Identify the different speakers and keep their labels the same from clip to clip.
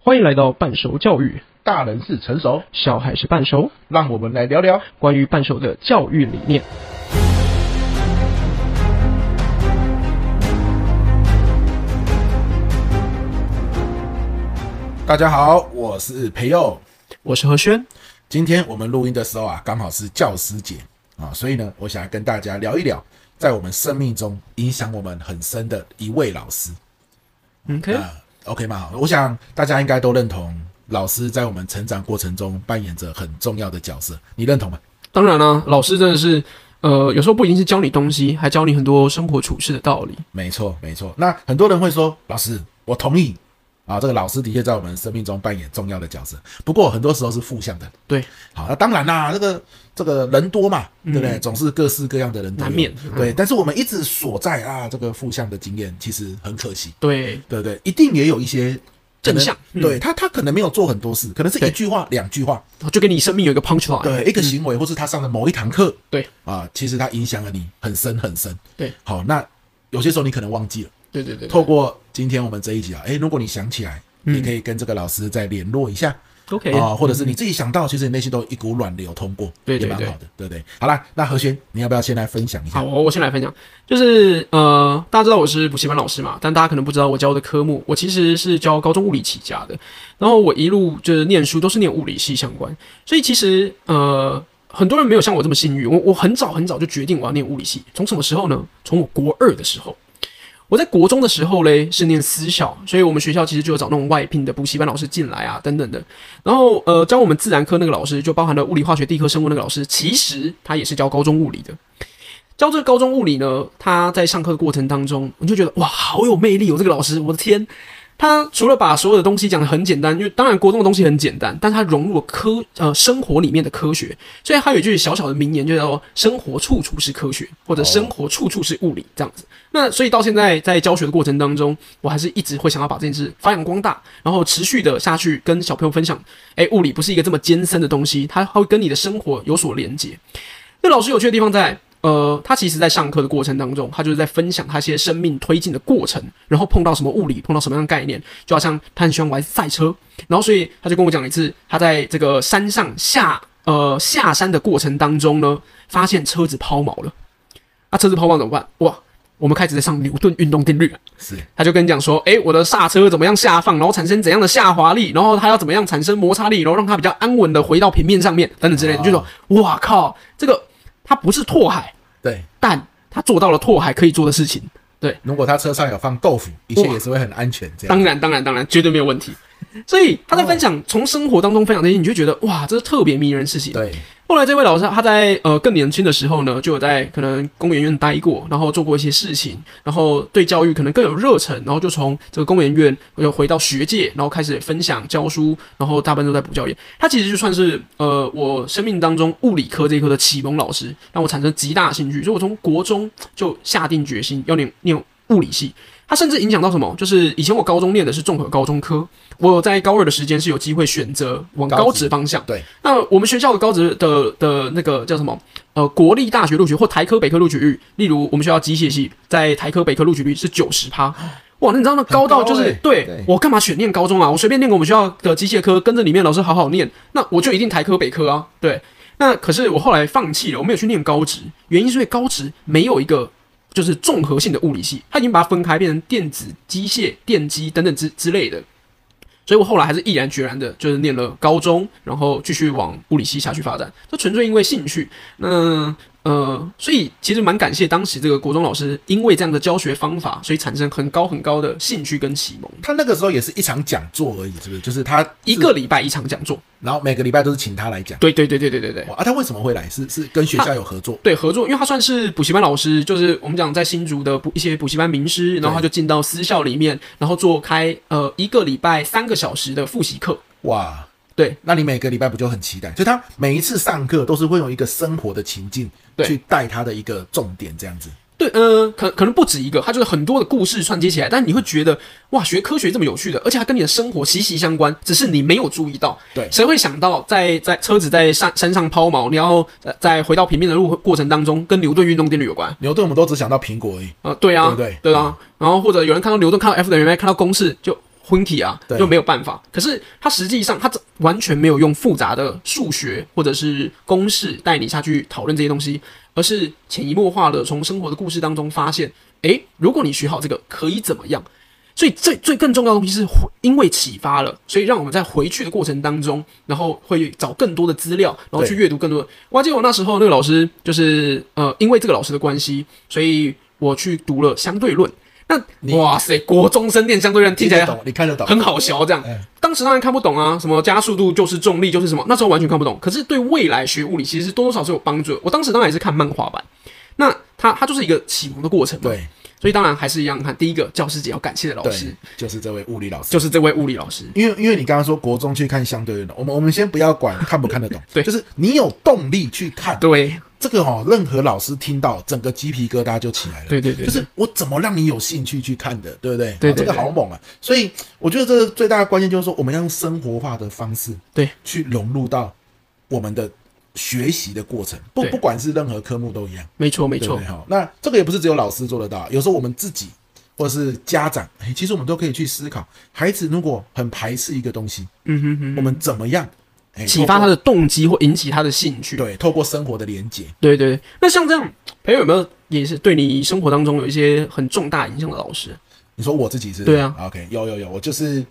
Speaker 1: 欢迎来到半熟教育，
Speaker 2: 大人是成熟，
Speaker 1: 小孩是半熟，
Speaker 2: 让我们来聊聊。
Speaker 1: 关于半熟的教育理念。
Speaker 2: 大家好，我是培佑。
Speaker 1: 我是何轩，
Speaker 2: 今天我们录音的时候啊，刚好是教师节啊，所以呢，我想要跟大家聊一聊，在我们生命中影响我们很深的一位老师。
Speaker 1: 嗯，可以，
Speaker 2: 啊、o k 吗？我想大家应该都认同，老师在我们成长过程中扮演着很重要的角色，你认同吗？
Speaker 1: 当然啦、老师真的是，呃，有时候不仅是教你东西，还教你很多生活处事的道理。
Speaker 2: 没错，没错。那很多人会说，老师，我同意啊，这个老师的确在我们生命中扮演重要的角色。不过很多时候是负向的。
Speaker 1: 对，
Speaker 2: 好，那当然啦，这个这个人多嘛，对不对？总是各式各样的人
Speaker 1: 嗯
Speaker 2: 都有
Speaker 1: 难免嗯
Speaker 2: 对，但是我们一直所在啊，这个负向的经验其实很可惜，
Speaker 1: 对，
Speaker 2: 对不对？一定也有一些可能
Speaker 1: 正向嗯
Speaker 2: 对他他可能没有做很多事，可能是
Speaker 1: 对
Speaker 2: 一句话、两句话，
Speaker 1: 就给你生命有一个 punch line。
Speaker 2: 对一个行为，或是他上的某一堂课，
Speaker 1: 对，
Speaker 2: 啊，其实它影响了你很深很深。
Speaker 1: 对，
Speaker 2: 好，那有些时候你可能忘记了。
Speaker 1: 对，对，对，
Speaker 2: 透过今天我们这一集啊，诶，如果你想起来，
Speaker 1: 嗯
Speaker 2: 你可以跟这个老师再联络一下
Speaker 1: ，OK，
Speaker 2: 啊、或者是你自己想到，其实你内心都有一股暖流通过，
Speaker 1: 嗯对对
Speaker 2: 也蛮好的，对不对？好啦，那何轩，你要不要先来分享一
Speaker 1: 好，
Speaker 2: 下？
Speaker 1: 我我先来分享，就是呃，大家知道我是补习班老师嘛，但大家可能不知道我教的科目，我其实是教高中物理起家的，然后我一路就是念书都是念物理系相关，所以其实呃，很多人没有像我这么幸运，我我很早很早就决定我要念物理系，从什么时候呢？从我国二的时候。我在国中的时候嘞，是念私校，所以我们学校其实就有找那种外聘的补习班老师进来啊，等等的。然后呃，教我们自然科那个老师，就包含了物理、化学、地科、生物那个老师，其实他也是教高中物理的。教这个高中物理呢，他在上课的过程当中，你就觉得哇，好有魅力哦！这个老师，我的天，他除了把所有的东西讲得很简单，因为当然国中的东西很简单，但他融入了科呃生活里面的科学，所以他有一句小小的名言，就叫做“生活处处是科学”或者“生活处处是物理”这样子。那所以到现在在教学的过程当中，我还是一直会想要把这件事发扬光大，然后持续的下去跟小朋友分享。哎，物理不是一个这么艰深的东西，它它会跟你的生活有所连接。那老师有趣的地方在，呃，他其实在上课的过程当中，他就是在分享他一些生命推进的过程，然后碰到什么物理，碰到什么样的概念，就好像他很喜欢玩赛车，然后所以他就跟我讲了一次，他在这个山上下呃下山的过程当中呢，发现车子抛锚了，那、车子抛锚怎么办？哇，我们开始在上牛顿运动定律了。
Speaker 2: 是
Speaker 1: 他就跟你讲说，诶，我的刹车怎么样下放，然后产生怎样的下滑力，然后它要怎么样产生摩擦力，然后让它比较安稳的回到平面上面，等等之类的。
Speaker 2: 哦
Speaker 1: 你就说，哇靠，这个它不是拓海，
Speaker 2: 对。
Speaker 1: 但它做到了拓海可以做的事情。
Speaker 2: 如果他车上有放豆腐，一切也是会很安全这样。
Speaker 1: 当然，当然，当然，绝对没有问题。所以他在分享从生活当中分享这些，你就觉得哇，这是特别迷人的事情。
Speaker 2: 对，
Speaker 1: 后来这位老师他在呃更年轻的时候呢，就有在可能公园院待过，然后做过一些事情，然后对教育可能更有热忱，然后就从这个公园院又回到学界，然后开始分享教书，然后大半都在补教业。他其实就算是呃我生命当中物理科这一科的启蒙老师，让我产生极大的兴趣，所以我从国中就下定决心要念念物理系。它甚至影响到什么？就是以前我高中念的是综合高中科，我在高二的时间是有机会选择往
Speaker 2: 高职
Speaker 1: 高职方向。
Speaker 2: 对，
Speaker 1: 那我们学校的高职的的那个叫什么？呃，国立大学录取或台科北科录取率，例如我们学校机械系在台科北科录取率是九十趴。哇，那你知道那高到就是、
Speaker 2: 很高欸
Speaker 1: 对
Speaker 2: 对
Speaker 1: 我干嘛选念高中啊？我随便念个我们学校的机械科，跟着里面老师好好念，那我就一定台科北科啊。对，那可是我后来放弃了，我没有去念高职，原因是因为高职没有一个就是综合性的物理系，它已经把它分开变成电子、机械、电机等等之之类的。所以我后来还是毅然决然的，就是念了高中，然后继续往物理系下去发展，这纯粹因为兴趣。那呃，所以其实蛮感谢当时这个国中老师，因为这样的教学方法，所以产生很高很高的兴趣跟启蒙。
Speaker 2: 他那个时候也是一场讲座而已，是不是？就是他
Speaker 1: 一个，礼拜一场讲座，
Speaker 2: 然后每个礼拜都是请他来讲。
Speaker 1: 对对对对对对对。
Speaker 2: 哇啊，他为什么会来？是是跟学校有合作？
Speaker 1: 对合作，因为他算是补习班老师，就是我们讲在新竹的补一些补习班名师，然后他就进到私校里面，然后做开呃一个礼拜三个小时的复习课。
Speaker 2: 哇，
Speaker 1: 对，
Speaker 2: 那你每个礼拜不就很期待？就他每一次上课都是会用一个生活的情境
Speaker 1: 对
Speaker 2: 去带他的一个重点，这样子。
Speaker 1: 对，呃，可可能不止一个，它就是很多的故事串接起来，但你会觉得哇，学科学这么有趣的，而且它跟你的生活息息相关，只是你没有注意到。
Speaker 2: 对
Speaker 1: 谁会想到在在车子在山山上抛锚，然后呃在回到平面的路过程当中，跟牛顿运动定律有关？
Speaker 2: 牛顿我们都只想到苹果而已，
Speaker 1: 啊，对啊，
Speaker 2: 对不对
Speaker 1: 啊。然后或者有人看到牛顿，看到 F 等于 m 看到公式，就婚体啊，
Speaker 2: 对
Speaker 1: 就没有办法。可是他实际上他这完全没有用复杂的数学或者是公式带你下去讨论这些东西，而是潜移默化的从生活的故事当中发现，诶，如果你学好这个可以怎么样？所以最最更重要的东西是回因为启发了，所以让我们在回去的过程当中，然后会找更多的资料，然后去
Speaker 2: 对
Speaker 1: 阅读更多的。我还记得我那时候那个老师就是呃，因为这个老师的关系，所以我去读了相对论。那哇塞，国中生念相对论听起
Speaker 2: 得
Speaker 1: 来
Speaker 2: 懂，你看得懂，
Speaker 1: 很好笑，这样
Speaker 2: 嗯。
Speaker 1: 当时当然看不懂啊，什么加速度就是重力就是什么，那时候完全看不懂。可是对未来学物理其实是多多少少有帮助的。我当时当然也是看漫画版，那它它就是一个启蒙的过程嘛。
Speaker 2: 对
Speaker 1: 所以当然还是一样看，第一个教师节要感谢的老师
Speaker 2: 对，就是这位物理老师。
Speaker 1: 就是这位物理老师。
Speaker 2: 因为因为你刚刚说国中去看相对论，我们我们先不要管看不看得懂，
Speaker 1: 对
Speaker 2: 就是你有动力去看
Speaker 1: 对
Speaker 2: 这个哦，任何老师听到整个鸡皮疙瘩就起来了。
Speaker 1: 对对对，
Speaker 2: 就是我怎么让你有兴趣去看的，对不对？
Speaker 1: 对对
Speaker 2: 哦这个
Speaker 1: 对
Speaker 2: 好猛啊！所以我觉得这个最大的关键就是说，我们要用生活化的方式，
Speaker 1: 对，
Speaker 2: 去融入到我们的学习的过程，不
Speaker 1: 对
Speaker 2: 不管是任何科目都一样，
Speaker 1: 没错没
Speaker 2: 对不
Speaker 1: 错
Speaker 2: 对？，哈，那这个也不是只有老师做得到，啊有时候我们自己或是家长，哎，其实我们都可以去思考，孩子如果很排斥一个东西，
Speaker 1: 嗯哼哼，
Speaker 2: 我们怎么样哎
Speaker 1: 启发
Speaker 2: 透
Speaker 1: 他
Speaker 2: 过
Speaker 1: 的动机或引起他的兴趣。
Speaker 2: 对，透过生活的连接，
Speaker 1: 对对对，那像这样，朋友有没有也是对你生活当中有一些很重大影响的老师？
Speaker 2: 你说我自己是不是
Speaker 1: 对啊
Speaker 2: ，OK，有有有，我就是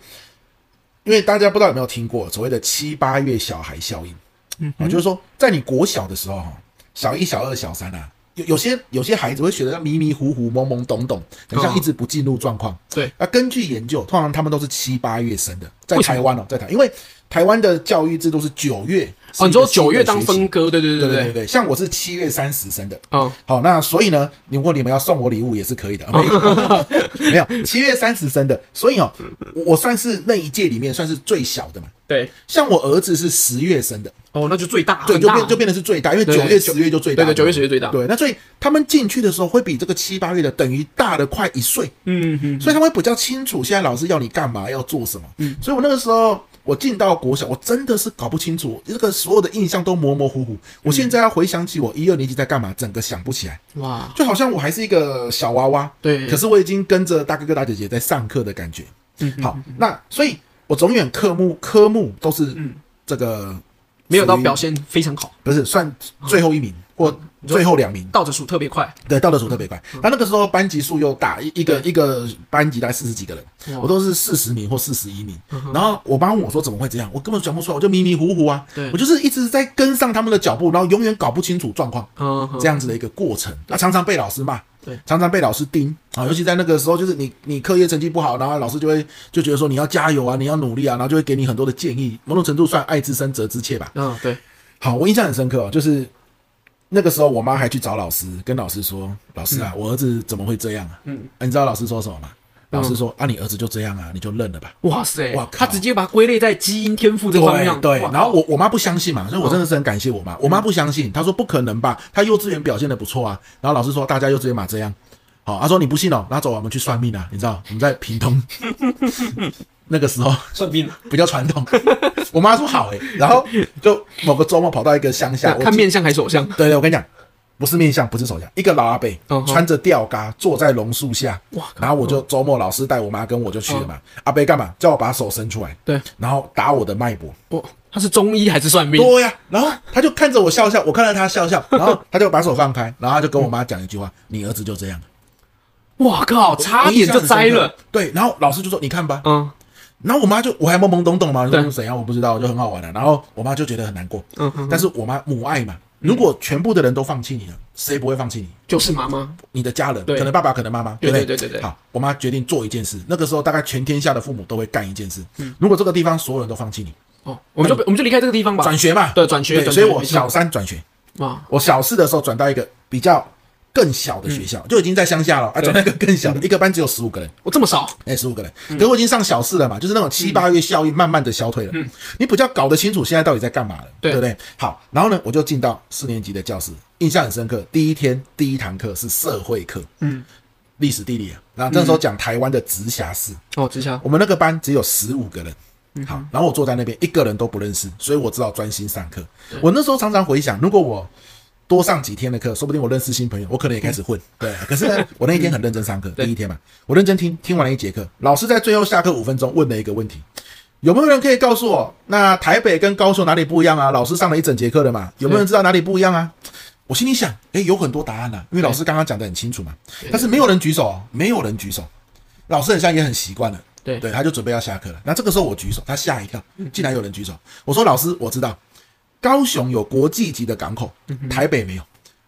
Speaker 2: 因为大家不知道有没有听过所谓的七八月小孩效应，嗯、啊，就是说在你国小的时候，哈，小一、小二、小三啊，有有些有些孩子会学得迷迷糊糊、懵懵懂懂，很像
Speaker 1: 哦
Speaker 2: 一直不进入状况。
Speaker 1: 对，
Speaker 2: 那根据研究，通常他们都是七八月生的，在
Speaker 1: 为什么
Speaker 2: 台湾哦，在台，因为台湾的教育制度是九月
Speaker 1: 哦，你说九月当。
Speaker 2: 是一个新的学
Speaker 1: 分
Speaker 2: 期
Speaker 1: 割，对对对
Speaker 2: 对对对，对，像我是七月三十生的，
Speaker 1: 哦，
Speaker 2: 好，那所以呢，如果你们要送我礼物也是可以的，啊 没有没有，七月三十生的，所以哦，我我算是那一届里面算是最小的嘛。
Speaker 1: 对，
Speaker 2: 像我儿子是十月生的，
Speaker 1: 哦，那就最大，
Speaker 2: 对，
Speaker 1: 很
Speaker 2: 就
Speaker 1: 大
Speaker 2: 变就变得是最大，因为
Speaker 1: 对
Speaker 2: 九
Speaker 1: 对
Speaker 2: 月、
Speaker 1: 九
Speaker 2: 十月就最
Speaker 1: 对
Speaker 2: 大了嘛，
Speaker 1: 对，九月十月最大，
Speaker 2: 对，那所以他们进去的时候会比这个七八月的等于大了快一岁，
Speaker 1: 嗯嗯，
Speaker 2: 所以他会比较清楚现在老师要你干嘛，要做什么。嗯，所以我那个时候我进到国小，我真的是搞不清楚，这个所有的印象都模模糊糊。我现在要回想起我一二年级在干嘛，整个想不起来。
Speaker 1: 哇，
Speaker 2: 就好像我还是一个小娃娃，
Speaker 1: 对
Speaker 2: 可是我已经跟着大哥哥大姐姐在上课的感觉。
Speaker 1: 嗯
Speaker 2: 好，那所以我永远科目科目都是这个
Speaker 1: 嗯没有到
Speaker 2: 属于
Speaker 1: 表现非常好，
Speaker 2: 不是算最后一
Speaker 1: 嗯
Speaker 2: 名或最后两名，
Speaker 1: 倒着数特别快，
Speaker 2: 对，倒的数特别快。
Speaker 1: 嗯
Speaker 2: 那那个时候班级数又大，一一个
Speaker 1: 对
Speaker 2: 一个班级大概四十几个人，
Speaker 1: 哇
Speaker 2: 我都是四十名或四十一名。
Speaker 1: 嗯
Speaker 2: 然后我妈问我说怎么会这样，我根本讲不出来，我就迷迷糊糊啊
Speaker 1: 对，
Speaker 2: 我就是一直在跟上他们的脚步，然后永远搞不清楚状况。
Speaker 1: 嗯，哼
Speaker 2: 这样子的一个过程，那常常被老师骂，
Speaker 1: 对，
Speaker 2: 常常被老师盯啊，尤其在那个时候，就是你你课业成绩不好，然后老师就会就觉得说你要加油啊，你要努力啊，然后就会给你很多的建议，某种程度算爱之深责之切吧。
Speaker 1: 嗯，对，
Speaker 2: 好，我印象很深刻、哦，就是那个时候我妈还去找老师，跟老师说，老师啊，
Speaker 1: 嗯
Speaker 2: 我儿子怎么会这样啊？嗯、你知道老师说什么吗？老师说、啊，你儿子就这样啊，你就认了吧。
Speaker 1: 哇塞，
Speaker 2: 哇靠
Speaker 1: 他直接把它归类在基因天赋这方面，
Speaker 2: 对对，
Speaker 1: 哇嗯
Speaker 2: 然后我我 妈不相信嘛，所以我真的是很感谢我妈。我妈不相信，她说不可能吧，她幼稚园表现的不错啊。然后老师说大家幼稚园嘛这样，好，她说你不信哦，拿走我们去算命啊，你知道我们在 屏东那个时候
Speaker 1: 算命了，
Speaker 2: 比较传统， 我妈说好诶、欸然后就某个周末跑到一个乡下，我
Speaker 1: 看
Speaker 2: 记
Speaker 1: 面相还是手相，
Speaker 2: 对对，我跟你讲，不是面相，不是手相，一个老阿伯、
Speaker 1: 嗯哼
Speaker 2: 穿着吊嘎坐在榕树下，
Speaker 1: 哇靠
Speaker 2: 然后我就周末老师带我妈跟我就去了嘛。阿伯干嘛？叫我把手伸出来，
Speaker 1: 对，
Speaker 2: 然后打我的脉搏。
Speaker 1: 哇，他是中医还是算命？
Speaker 2: 对呀、然后他就看着我笑笑，我看着他笑笑，然后他就把手放开，然后他就跟我妈讲一句话：“你儿子就这样，
Speaker 1: 哇靠，差点就栽
Speaker 2: 我印象很深
Speaker 1: 了
Speaker 2: 刻，。”对，然后老师就说：“你看吧。
Speaker 1: 嗯，
Speaker 2: 然后我妈就我还懵懵懂懂嘛，就
Speaker 1: 对
Speaker 2: 是啊怎样我不知道，就很好玩了、然后我妈就觉得很难过，
Speaker 1: 嗯哼
Speaker 2: 但是我妈母爱嘛，如果全部的人都放弃你了，谁不会放弃你？
Speaker 1: 就是妈妈，
Speaker 2: 你的家人，
Speaker 1: 对
Speaker 2: 可能爸爸，可能妈妈，
Speaker 1: 对
Speaker 2: 不对
Speaker 1: 对对对对
Speaker 2: 好，我妈决定做一件事，那个时候大概全天下的父母都会干一件事。
Speaker 1: 嗯
Speaker 2: 如果这个地方所有人都放弃你，
Speaker 1: 哦，我们就我们就离开这个地方吧，
Speaker 2: 嗯转学嘛，
Speaker 1: 对转学转学
Speaker 2: 所以我
Speaker 1: 没错
Speaker 2: 小三转学，
Speaker 1: 哇，
Speaker 2: 我小四的时候转到一个比较更小的学校，
Speaker 1: 嗯
Speaker 2: 就已经在乡下了，啊，转到一个更小的，一个班只有十五个人，
Speaker 1: 我这么少，
Speaker 2: 哎，十五个人，可是我已经上小四了嘛，就是那种七八月效应慢慢的消退了，你比较搞得清楚现在到底在干嘛了，
Speaker 1: 对
Speaker 2: 不对？好，然后呢，我就进到四年级的教室，印象很深刻，第一天第一堂课是社会课，嗯，历史地理啊，然后那时候讲台湾的直辖市，
Speaker 1: 哦，直辖，
Speaker 2: 我们那个班只有十五个人。好，然后我坐在那边，一个人都不认识，所以我只好专心上课。我那时候常常回想，如果我多上几天的课，说不定我认识新朋友，我可能也开始混。对，可是呢，我那一天很认真上课，第一天嘛，我认真听，听完了一节课，老师在最后下课五分钟问了一个问题：有没有人可以告诉我，那台北跟高雄哪里不一样啊？老师上了一整节课了嘛，有没有人知道哪里不一样啊？我心里想，诶，有很多答案啊，因为老师刚刚讲的很清楚嘛，但是没有人举手哦，没有人举手，老师很像也很习惯了。
Speaker 1: 对
Speaker 2: 对，他就准备要下课了。那这个时候我举手，他吓一跳，竟然有人举手。我说：“老师，我知道高雄有国际级的港口，台北没有。”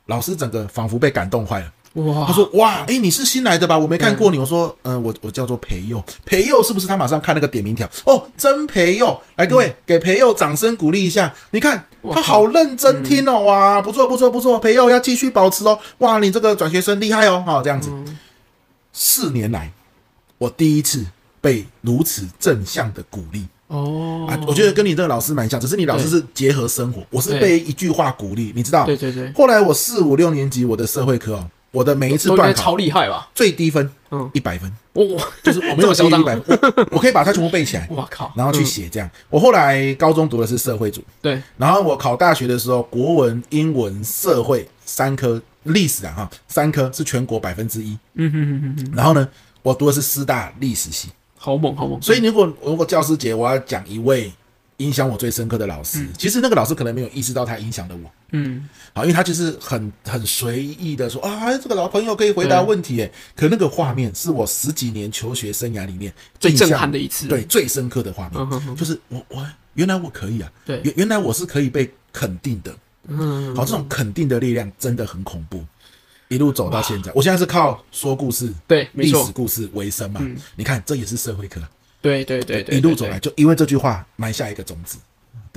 Speaker 2: 老师整个仿佛被感动坏了。
Speaker 1: 哇
Speaker 2: 他，说：“哇，诶，你是新来的吧？我没看过你。”我说：“嗯、我我叫做培佑，培佑是不是？”他马上看那个点名条，哦，真培佑！来，各位、给培佑掌声鼓励一下。你看
Speaker 1: 嗯哇嗯
Speaker 2: 他好认真听哦，哇，不错不错不错，培佑要继续保持哦，哇，你这个转学生厉害哦，好、这样子。
Speaker 1: 嗯
Speaker 2: 四年来，我第一次被如此正向的鼓励。
Speaker 1: 哦
Speaker 2: 啊，我觉得跟你这个老师蛮像，只是你老师
Speaker 1: 对
Speaker 2: 是结合生活，我是
Speaker 1: 对
Speaker 2: 被一句话鼓励，你知道？
Speaker 1: 对对对
Speaker 2: 后来我四五六年级，我的社会科哦，我的每一次
Speaker 1: 都应该
Speaker 2: 段考
Speaker 1: 超厉害吧？
Speaker 2: 最低分，
Speaker 1: 嗯
Speaker 2: 一百分，
Speaker 1: 哇，
Speaker 2: 就是我没
Speaker 1: 这么
Speaker 2: 有低
Speaker 1: 嚣
Speaker 2: 于
Speaker 1: 张啊
Speaker 2: 一百分，我 我可以把它全部背起来，
Speaker 1: 我靠，
Speaker 2: 然后去
Speaker 1: 嗯
Speaker 2: 写这样。我后来高中读的是社会组，
Speaker 1: 对，
Speaker 2: 然后我考大学的时候，国文、英文、社会三科，历史啊哈，三科是全国百分之一。
Speaker 1: 嗯哼哼哼哼，
Speaker 2: 然后呢，我读的是师大历史系，
Speaker 1: 好猛好猛，
Speaker 2: 所以如果如果教师节我要讲一位影响我最深刻的老师，其实那个老师可能没有意识到他影响了我，
Speaker 1: 嗯，
Speaker 2: 好，因为他就是很很随意的说啊，这个老朋友可以回答问题耶，可那个画面是我十几年求学生涯里面
Speaker 1: 最
Speaker 2: 印象
Speaker 1: 震撼的一次
Speaker 2: 对最深刻的画面，
Speaker 1: 嗯哼哼
Speaker 2: 就是我我原来我可以啊，
Speaker 1: 对
Speaker 2: 原原来我是可以被肯定的，
Speaker 1: 嗯，
Speaker 2: 好，这种肯定的力量真的很恐怖。一路走到现在，我现在是靠说故事、
Speaker 1: 对没
Speaker 2: 历
Speaker 1: 错嗯
Speaker 2: 史故事为生嘛。你看，这也是社会课，
Speaker 1: 对对对对，
Speaker 2: 一路
Speaker 1: 对
Speaker 2: 走来，就因为这句话埋下一个种子，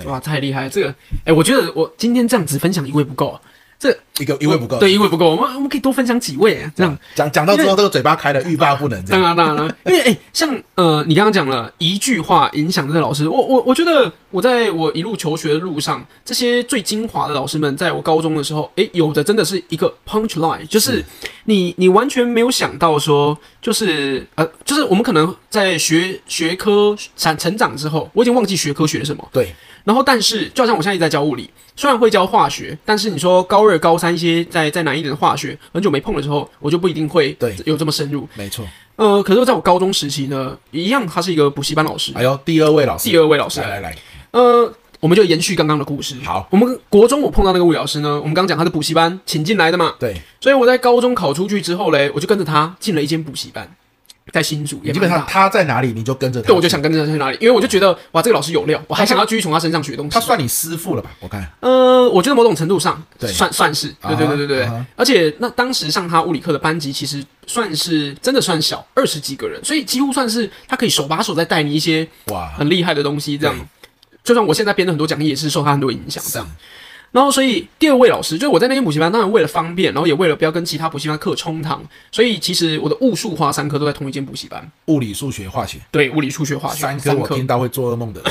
Speaker 1: 哇，太厉害了！这个，哎、我觉得我今天这样子分享一位不够啊，这
Speaker 2: 一个一位不够。
Speaker 1: 对一位不够，我们我们可以多分享几位啊，这样。
Speaker 2: 讲讲到之后，这个嘴巴开了，欲罢不能这
Speaker 1: 当
Speaker 2: 样。
Speaker 1: 然当然了，因为哎、像呃，你刚刚讲了一句话影响这个老师，我我我觉得我在我一路求学的路上，这些最精华的老师们，在我高中的时候，哎、有的真的是一个 punch line，就是你你完全没有想到说，就是呃，就是我们可能在学学科成成长之后，我已经忘记学科学什么。
Speaker 2: 对，
Speaker 1: 然后，但是就好像我现在一直在教物理，虽然会教化学，但是你说高二、高三一些再再难一点的化学，很久没碰的时候，我就不一定会
Speaker 2: 对
Speaker 1: 有这么深入。
Speaker 2: 没错。
Speaker 1: 呃，可是在我高中时期呢，一样，他是一个补习班老师，
Speaker 2: 哎呦，第二位老师，
Speaker 1: 第二位老师
Speaker 2: 来来来，
Speaker 1: 呃，我们就延续刚刚的故事。
Speaker 2: 好，
Speaker 1: 我们国中我碰到那个物理老师呢，我们刚讲他是补习班请进来的嘛，
Speaker 2: 对，
Speaker 1: 所以我在高中考出去之后嘞，我就跟着他进了一间补习班，在新竹，也
Speaker 2: 基本
Speaker 1: 蛮
Speaker 2: 上
Speaker 1: 大的。
Speaker 2: 他在哪里，你就跟着他。
Speaker 1: 对，我就，想跟着他去哪里，因为我就觉得哇，这个老师有料，我还想要继续从他身上学东西。
Speaker 2: 他算你师傅了吧？我看，
Speaker 1: 呃，我觉得某种程度上，
Speaker 2: 对
Speaker 1: 算算是，
Speaker 2: 啊哈
Speaker 1: 对对对对对。
Speaker 2: 啊哈
Speaker 1: 而且那当时上他物理课的班级，其实算是真的算小，二十几个人，所以几乎算是他可以手把手在带你一些
Speaker 2: 哇，
Speaker 1: 很厉害的东西。这样，就算我现在编的很多讲义，也是受他很多影响。这样。然后，所以第二位老师，就是我在那间补习班，当然为了方便，然后也为了不要跟其他补习班课冲堂，所以其实我的物数化三科都在同一间补习班。
Speaker 2: 物理、数学、化学
Speaker 1: 对，物理、数学、化学
Speaker 2: 三科，我听到会做噩 梦的。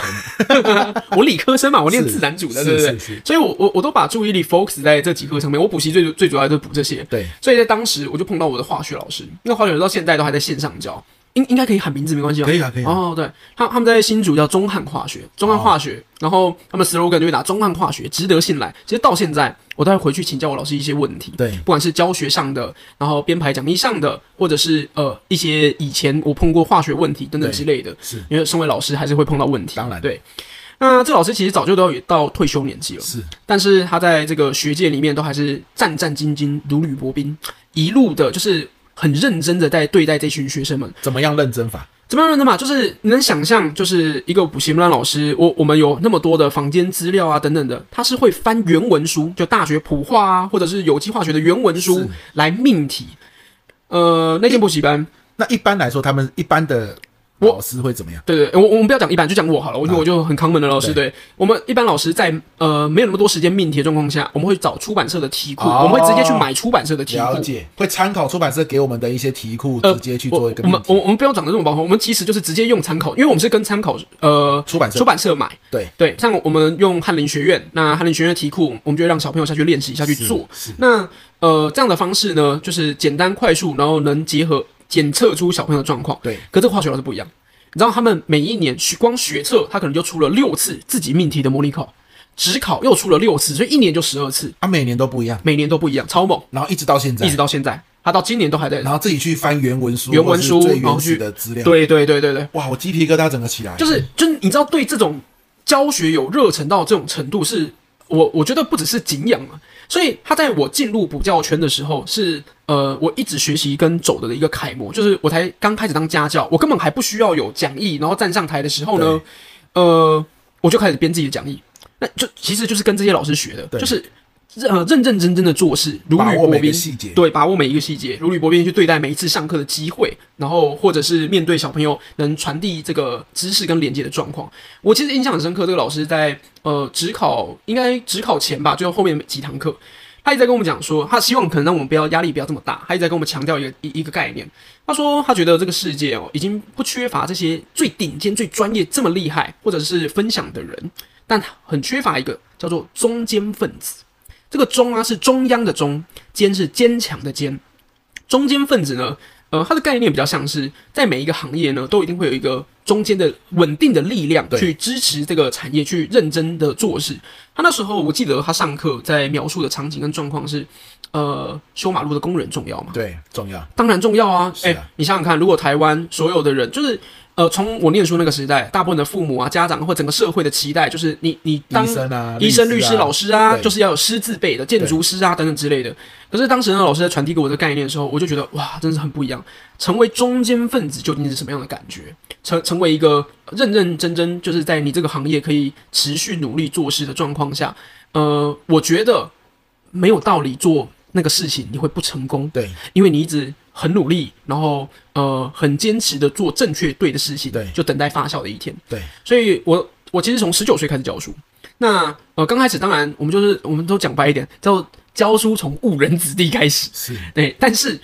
Speaker 1: 我理科生嘛，我念
Speaker 2: 是
Speaker 1: 自然组的，
Speaker 2: 是
Speaker 1: 对不对
Speaker 2: 是是？
Speaker 1: 所以我我我都把注意力 focus 在这几科上面。我补习最最主要就是补这些。
Speaker 2: 对，
Speaker 1: 所以在当时我就碰到我的化学老师，那个化学老师到现在都还在线上教，应应该可以喊名字没关系吧？
Speaker 2: 可以啊可以啊
Speaker 1: 哦，对，他他们在新竹叫中汉化学，中汉化学，然后他们 slogan 就会打中汉化学值得信赖。其实到现在，我都会回去请教我老师一些问题，
Speaker 2: 对
Speaker 1: 不管是教学上的，然后编排讲义上的，或者是呃一些以前我碰过化学问题等等
Speaker 2: 对
Speaker 1: 之类的。
Speaker 2: 是
Speaker 1: 因为身为老师还是会碰到问题，
Speaker 2: 当然
Speaker 1: 对。那这老师其实早就都有到退休年纪了，
Speaker 2: 是，
Speaker 1: 但是他在这个学界里面都还是战战兢兢、如履薄冰，一路的就是很认真的在对待这群学生们。
Speaker 2: 怎么样认真法？
Speaker 1: 怎么样认真嘛？就是你能想象，就是一个补习班老师，我我们有那么多的房间资料啊等等的，他是会翻原文书，就大学普化啊，或者是有机化学的原文书
Speaker 2: 是
Speaker 1: 来命题。呃，那间补习班，
Speaker 2: 那一般来说，他们一般的
Speaker 1: 我
Speaker 2: 老师会怎么样？
Speaker 1: 对对，对我我们不要讲一般，就讲我好了。我因为我就很康门的老师，对我们一般老师在呃没有那么多时间命题的状况下，我们会找出版社的题库，
Speaker 2: 哦
Speaker 1: 我们会直接去买出版社的题库
Speaker 2: 了。解，会参考出版社给我们的一些题库，
Speaker 1: 呃
Speaker 2: 直接去
Speaker 1: 我
Speaker 2: 做一
Speaker 1: 我
Speaker 2: 个命
Speaker 1: 们我
Speaker 2: 题。
Speaker 1: 们我们不要讲的这么包括，我们其实就是直接用参考，因为我们是跟参考呃
Speaker 2: 出版社
Speaker 1: 出版社买。
Speaker 2: 对
Speaker 1: 对，像我们用翰林学院，那翰林学院的题库，我们就会让小朋友下去练习下去做。那呃这样的方式呢，就是简单快速，然后能结合检测出小朋友的状况。
Speaker 2: 对，
Speaker 1: 可这个化学老师不一样，你知道他们每一年学光学测，他可能就出了六次自己命题的模拟考，只考又出了六次，所以一年就十二次，
Speaker 2: 他啊每年都不一样，
Speaker 1: 每年都不一样，超猛，
Speaker 2: 然后一直到现在
Speaker 1: 一直，到现在，他到今年都还在。
Speaker 2: 然后自己去翻原文书，
Speaker 1: 原文书
Speaker 2: 或是最
Speaker 1: 然后
Speaker 2: 原
Speaker 1: 去
Speaker 2: 始的资料。，
Speaker 1: 对对对对对，
Speaker 2: 哇，我鸡皮疙瘩整个起来。
Speaker 1: 就是就是你知道对这种教学有热忱到这种程度是，我我觉得不只是敬仰啊。所以他在我进入补教圈的时候是呃，我一直学习跟走的一个楷模，就是我才刚开始当家教，我根本还不需要有讲义，然后站上台的时候呢，呃，我就开始编自己的讲义，那就其实就是跟这些老师学的，
Speaker 2: 对
Speaker 1: 就是。呃，认认真真的做事，如
Speaker 2: 把
Speaker 1: 履
Speaker 2: 握
Speaker 1: 薄
Speaker 2: 每
Speaker 1: 冰
Speaker 2: 个，细节。
Speaker 1: 对，把握每一个细节，如履薄冰去对待每一次上课的机会，然后或者是面对小朋友能传递这个知识跟连接的状况。我其实印象很深刻，这个老师在呃职考应该职考前吧，就后面几堂课，他一直在跟我们讲说，他希望可能让我们不要压力不要这么大，他一直在跟我们强调一个一一个概念。他说他觉得这个世界哦，已经不缺乏这些最顶尖、最专业、这么厉害或者是分享的人，但很缺乏一个叫做中间分子。这个中啊是中央的中，坚是坚强的坚。中间分子呢，呃，它的概念比较像是在每一个行业呢，都一定会有一个中间的稳定的力量
Speaker 2: 对
Speaker 1: 去支持这个产业去认真的做事。他那时候我记得他上课在描述的场景跟状况是，呃，修马路的工人重要嘛？
Speaker 2: 对，重要。
Speaker 1: 当然重要啊！
Speaker 2: 是
Speaker 1: 哎、
Speaker 2: 啊
Speaker 1: 你想想看，如果台湾所有的人，就是呃，从我念书那个时代，大部分的父母啊、家长或整个社会的期待，就是你你当
Speaker 2: 医生啊，
Speaker 1: 医生、律
Speaker 2: 律
Speaker 1: 师、老师啊，
Speaker 2: 对
Speaker 1: 就是要有师字辈的建筑师啊等等之类的。可是当时呢，老师在传递给我的概念的时候，我就觉得哇，真是很不一样。成为中间分子究竟是什么样的感觉？成成为一个认认真真，就是在你这个行业可以持续努力做事的状况下，呃，我觉得没有道理做那个事情你会不成功，
Speaker 2: 对
Speaker 1: 因为你一直很努力，然后呃很坚持的做正确对的事情，
Speaker 2: 对
Speaker 1: 就等待发酵的一天。
Speaker 2: 对，
Speaker 1: 所以我我其实从十九岁开始教书。那呃，刚开始当然我们就是我们都讲白一点，叫教书从误人子弟开始。
Speaker 2: 是，
Speaker 1: 对，但是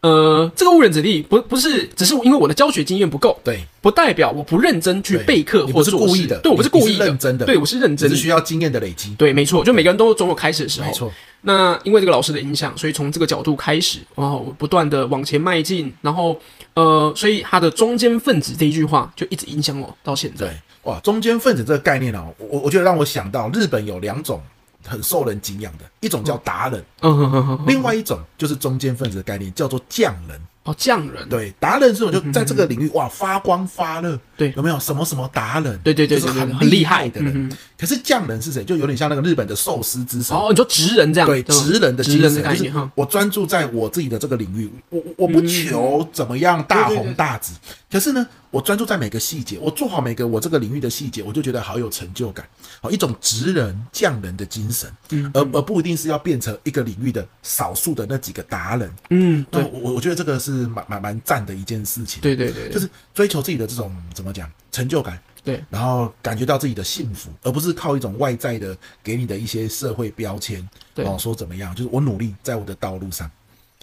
Speaker 1: 呃，这个误人子弟不不是只是因为我的教学经验不够，
Speaker 2: 对，
Speaker 1: 不代表我不认真去
Speaker 2: 对
Speaker 1: 备课
Speaker 2: 你
Speaker 1: 或
Speaker 2: 不是
Speaker 1: 做事
Speaker 2: 故意的
Speaker 1: 对我不是故
Speaker 2: 你
Speaker 1: 意
Speaker 2: 你是认真的
Speaker 1: 对我是认
Speaker 2: 只
Speaker 1: 真
Speaker 2: 是
Speaker 1: 的。
Speaker 2: 需要经验的累积。
Speaker 1: 对，没错，就每个人都总有开始的时候
Speaker 2: 没。错，
Speaker 1: 那因为这个老师的影响，所以从这个角度开始，然后我不断的往前迈进，然后呃，所以他的中间分子这一句话就一直影响我到现在。
Speaker 2: 对，哇，中间分子这个概念啊，我我我觉得让我想到日本有两种很受人敬仰的，一种叫达人，
Speaker 1: 嗯哼哼哼哼，
Speaker 2: 另外一种就是中间分子的概念，叫做匠人。
Speaker 1: 哦，匠人，
Speaker 2: 对，达人这种就在这个
Speaker 1: 嗯
Speaker 2: 领域哇发光发热，
Speaker 1: 对
Speaker 2: 有没有什么什么达人？
Speaker 1: 对对对
Speaker 2: 就是
Speaker 1: 对对对
Speaker 2: 很厉害的
Speaker 1: 很厉害嗯
Speaker 2: 人。可是匠人是谁？就有点像那个日本的寿司之神。
Speaker 1: 哦，你说职人这样，
Speaker 2: 对
Speaker 1: 吗
Speaker 2: 职人的精
Speaker 1: 职人的
Speaker 2: 神
Speaker 1: 概
Speaker 2: 就
Speaker 1: 念
Speaker 2: 是
Speaker 1: 哈，嗯
Speaker 2: 我专注在我自己的这个领域，我我我不求怎么样大
Speaker 1: 对对
Speaker 2: 红大紫，可是呢，我专注在每个细节，我做好每个我这个领域的细节，我就觉得好有成就感，好一种职人匠人的精神，
Speaker 1: 嗯
Speaker 2: 而而不一定是要变成一个领域的少数的那几个达人。
Speaker 1: 嗯，
Speaker 2: 那
Speaker 1: 对
Speaker 2: 我我我觉得这个是蛮蛮蛮赞的一件事情，
Speaker 1: 对对对，
Speaker 2: 就是是追求自己的这种怎么讲成就感，
Speaker 1: 嗯对
Speaker 2: 然后感觉到自己的幸福，而不是靠一种外在的给你的一些社会标签，
Speaker 1: 对
Speaker 2: 哦，说怎么样，就是我努力在我的道路上，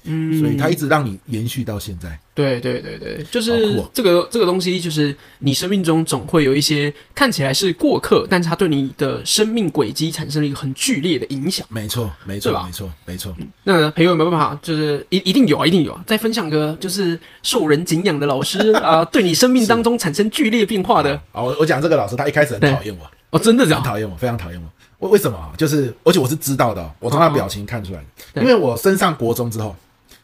Speaker 1: 嗯
Speaker 2: 所以它一直让你延续到现在。
Speaker 1: 对对对对，就
Speaker 2: 好
Speaker 1: 是
Speaker 2: 酷哦
Speaker 1: 这个这个东西，就是你生命中总会有一些看起来是过客，但是它对你的生命轨迹产生了一个很剧烈的影响。
Speaker 2: 没错，没
Speaker 1: 对
Speaker 2: 错，
Speaker 1: 吧嗯
Speaker 2: 没错，没错。
Speaker 1: 那朋友有没有办法？就是一一定有啊，一定有啊。再分享个就是受人敬仰的老师啊，对你生命当中产生剧烈变化 的
Speaker 2: 好，我我讲这个老师，他一开始很讨厌我，
Speaker 1: 哦，真的这
Speaker 2: 很
Speaker 1: 样
Speaker 2: 讨厌我，非常讨厌我。为为什么啊？就是而且我是知道的哦，我从他表情看出来，
Speaker 1: 对嗯
Speaker 2: 因为我升上国中之后，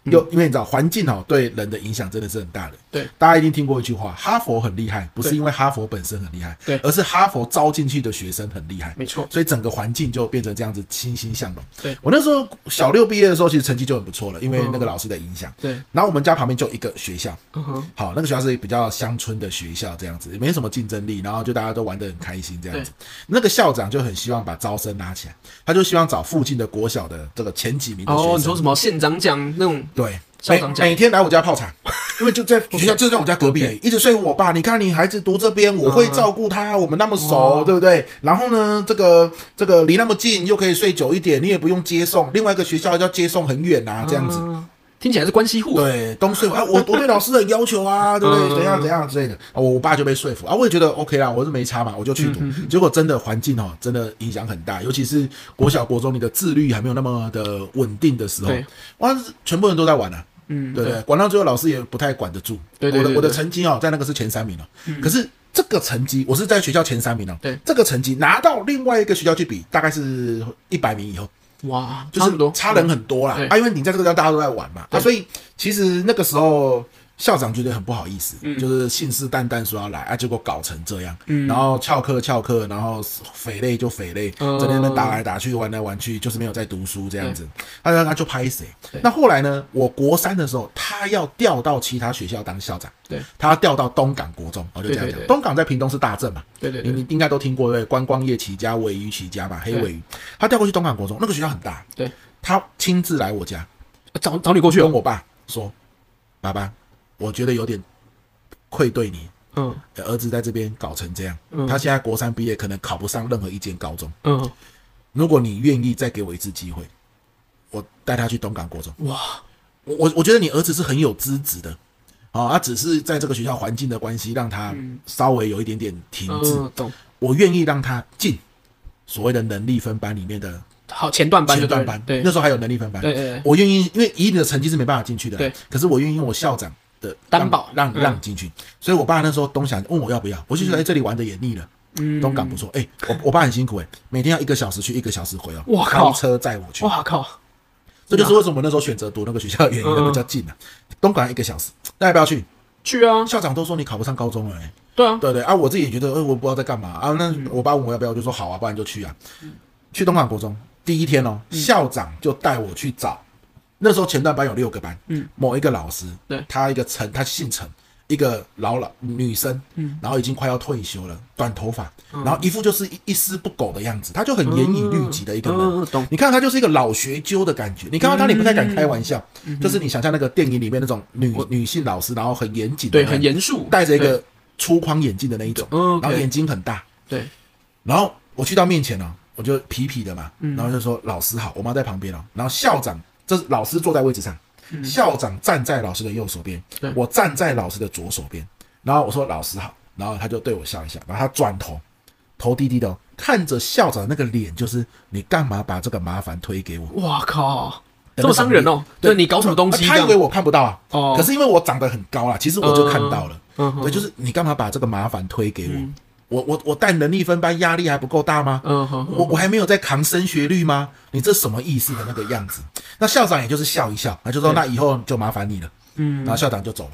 Speaker 2: 又因为你知道环境哦对人的影响真的是很大的。
Speaker 1: 对，
Speaker 2: 大家一定听过一句话：哈佛很厉害，不是
Speaker 1: 对
Speaker 2: 因为哈佛本身很厉害，
Speaker 1: 对
Speaker 2: 而是哈佛招进去的学生很厉害。
Speaker 1: 没错
Speaker 2: 所以整个环境就变成这样子欣欣向荣。
Speaker 1: 对
Speaker 2: 我那时候小六毕业的时候，其实成绩就很不错了，因为那个
Speaker 1: 嗯
Speaker 2: 老师的影响。
Speaker 1: 对，
Speaker 2: 然后我们家旁边就一个学校，
Speaker 1: 嗯哼，
Speaker 2: 好，那个学校是比较乡村的学校，这样子没什么竞争力，然后就大家都玩得很开心这样子。那个校长就很希望把招生拉起来，他就希望找附近的国小的这个前几名的学生。
Speaker 1: 哦，你说什么县长奖那种
Speaker 2: 对，
Speaker 1: 校
Speaker 2: 每
Speaker 1: 长讲
Speaker 2: 每天来我家泡茶，因为就在学校就在我家隔壁而已，一直说服我爸，你看你孩子读这边，我会照顾他，我们那么熟，对不对？然后呢，这个这个离那么近，又可以睡久一点，你也不用接送，另外一个学校要接送很远啊，这样子。
Speaker 1: 啊听起来是关系户啊，
Speaker 2: 对，东睡啊，我我对老师很要 求啊，对不
Speaker 1: 嗯
Speaker 2: 对？怎样怎样之类的，啊我我爸就被说服啊，我也觉得 OK 啦，我是没差嘛，我就去读。
Speaker 1: 嗯
Speaker 2: 结果真的环境哦，真的影响很大，尤其是国小国中，你的自律还没有那么的稳定的时候
Speaker 1: 对，
Speaker 2: 哇，全部人都在玩啊。
Speaker 1: 嗯，
Speaker 2: 对不对，管到最后老师也不太管得住。
Speaker 1: 对对对
Speaker 2: 我的我的
Speaker 1: 对嗯
Speaker 2: 成绩哦，在那个是前三名了、可是这个成绩，我是在学校前三名哦。
Speaker 1: 对，
Speaker 2: 这个成绩拿到另外一个学校去比，大概是一百名以后，
Speaker 1: 哇，
Speaker 2: 就
Speaker 1: 差不多
Speaker 2: 是差人很多啦
Speaker 1: 对。
Speaker 2: 啊，因为你在这个地方大家都在玩嘛，啊，
Speaker 1: 对
Speaker 2: 所以其实那个时候校长觉得很不好意思，
Speaker 1: 嗯
Speaker 2: 就是信誓旦旦说要来啊，结果搞成这样，然后翘课翘课，然后匪类就匪类，
Speaker 1: 嗯
Speaker 2: 整天在那打来打去，玩来玩去，就是没有在读书这样子。他他他就拍谁
Speaker 1: 对？
Speaker 2: 那后来呢？我国三的时候，他要调到其他学校当校长，
Speaker 1: 对
Speaker 2: 他要调到东港国中，哦我就这样
Speaker 1: 对
Speaker 2: 讲
Speaker 1: 对。对
Speaker 2: 东港在屏东是大镇嘛，
Speaker 1: 对对
Speaker 2: 你
Speaker 1: 对，
Speaker 2: 你应该都听过对不对？观光业起家，尾鱼起家嘛，黑尾鱼，他调过去东港国中，那个学校很大，
Speaker 1: 对，
Speaker 2: 他亲自来我家，
Speaker 1: 找找你过去
Speaker 2: 跟
Speaker 1: 哦，
Speaker 2: 我爸说：“爸爸，我觉得有点愧对你，呃
Speaker 1: 嗯
Speaker 2: 儿子在这边搞成这样，
Speaker 1: 嗯
Speaker 2: 他现在国三毕业，可能考不上任何一间高中。
Speaker 1: 嗯，
Speaker 2: 如果你愿意再给我一次机会，我带他去东港国中。
Speaker 1: 哇，
Speaker 2: 我我我觉得你儿子是很有资质的。”啊、他只是在这个学校环境的关系，让他稍微有一点点停滞。
Speaker 1: 嗯，懂，
Speaker 2: 我愿意让他进所谓的能力分班里面的
Speaker 1: 好，前段班就
Speaker 2: 前
Speaker 1: 对
Speaker 2: 段
Speaker 1: 了
Speaker 2: 班，
Speaker 1: 对
Speaker 2: 那时候还有能力分班，
Speaker 1: 对对对
Speaker 2: 我愿意，因为以你的成绩是没办法进去的，
Speaker 1: 对，
Speaker 2: 可是我愿意用我校长的
Speaker 1: 担保
Speaker 2: 让
Speaker 1: 嗯
Speaker 2: 让让你进去，所以我爸那时候东想问我要不要，我就觉得哎这里玩的也腻了。
Speaker 1: 嗯
Speaker 2: 东港不错，哎、我我爸很辛苦哎、每天要一个小时去，一个小时回哦，
Speaker 1: 哇靠
Speaker 2: 开车载我去，
Speaker 1: 哇靠，
Speaker 2: 这就是为什么我那时候选择读那个学校的原因，
Speaker 1: 嗯嗯
Speaker 2: 比较近啊。东港一个小时，那要不要去？
Speaker 1: 去啊，
Speaker 2: 校长都说你考不上高中了、哎
Speaker 1: 对啊，
Speaker 2: 对对啊，我自己也觉得，呃，我不知道在干嘛啊。那
Speaker 1: 嗯
Speaker 2: 我爸问我要不要，我就说好啊，不然就去啊。去东港国中第一天哦，
Speaker 1: 嗯
Speaker 2: 校长就带我去找。那时候前段班有六个班，
Speaker 1: 嗯，
Speaker 2: 某一个老师，
Speaker 1: 对
Speaker 2: 他一个陈，他姓陈，一个老老女生，嗯，然后已经快要退休了，短头发，
Speaker 1: 嗯
Speaker 2: 然后一副就是一一丝不苟的样子，他就很严以律己的一个人。
Speaker 1: 嗯嗯懂
Speaker 2: 你看他就是一个老学究的感觉，你看到他你不太敢开玩笑，
Speaker 1: 嗯
Speaker 2: 就是你想象那个电影里面那种女女性老师，然后很严谨的
Speaker 1: 对，
Speaker 2: 那种，
Speaker 1: 很严肃，
Speaker 2: 戴着一个粗框眼镜的那一种，
Speaker 1: 嗯，OK
Speaker 2: 然后眼睛很大。
Speaker 1: 对，
Speaker 2: 然后我去到面前哦，我就痞痞的嘛，
Speaker 1: 嗯
Speaker 2: 然后就说老师好，我妈在旁边哦。然后校长，这是老师坐在位置上，校长站在老师的右手边
Speaker 1: 嗯对，
Speaker 2: 我站在老师的左手边。然后我说老师好，然后他就对我笑一下，然后他转头，头低低的、哦、看着校长那个脸，就是你干嘛把这个麻烦推给我？
Speaker 1: 对哇靠，
Speaker 2: 的
Speaker 1: 这么伤人
Speaker 2: 那
Speaker 1: 哦
Speaker 2: 种，
Speaker 1: 对你搞什么东西
Speaker 2: 他
Speaker 1: 这
Speaker 2: 以为
Speaker 1: 样？
Speaker 2: 我看不到啊，
Speaker 1: 哦
Speaker 2: 可是因为我长得很高啦，其实我就看到了。
Speaker 1: 嗯哼
Speaker 2: 对，就是你干嘛把这个麻烦推给我？我我我带能力分班，压力还不够大吗？
Speaker 1: 嗯哼
Speaker 2: 我我还没有在扛升学率吗？你这什么意思的那个样子？那校长也就是笑一笑，那就说
Speaker 1: 对
Speaker 2: 那以后就麻烦你了。
Speaker 1: 嗯，
Speaker 2: 然后校长就走了，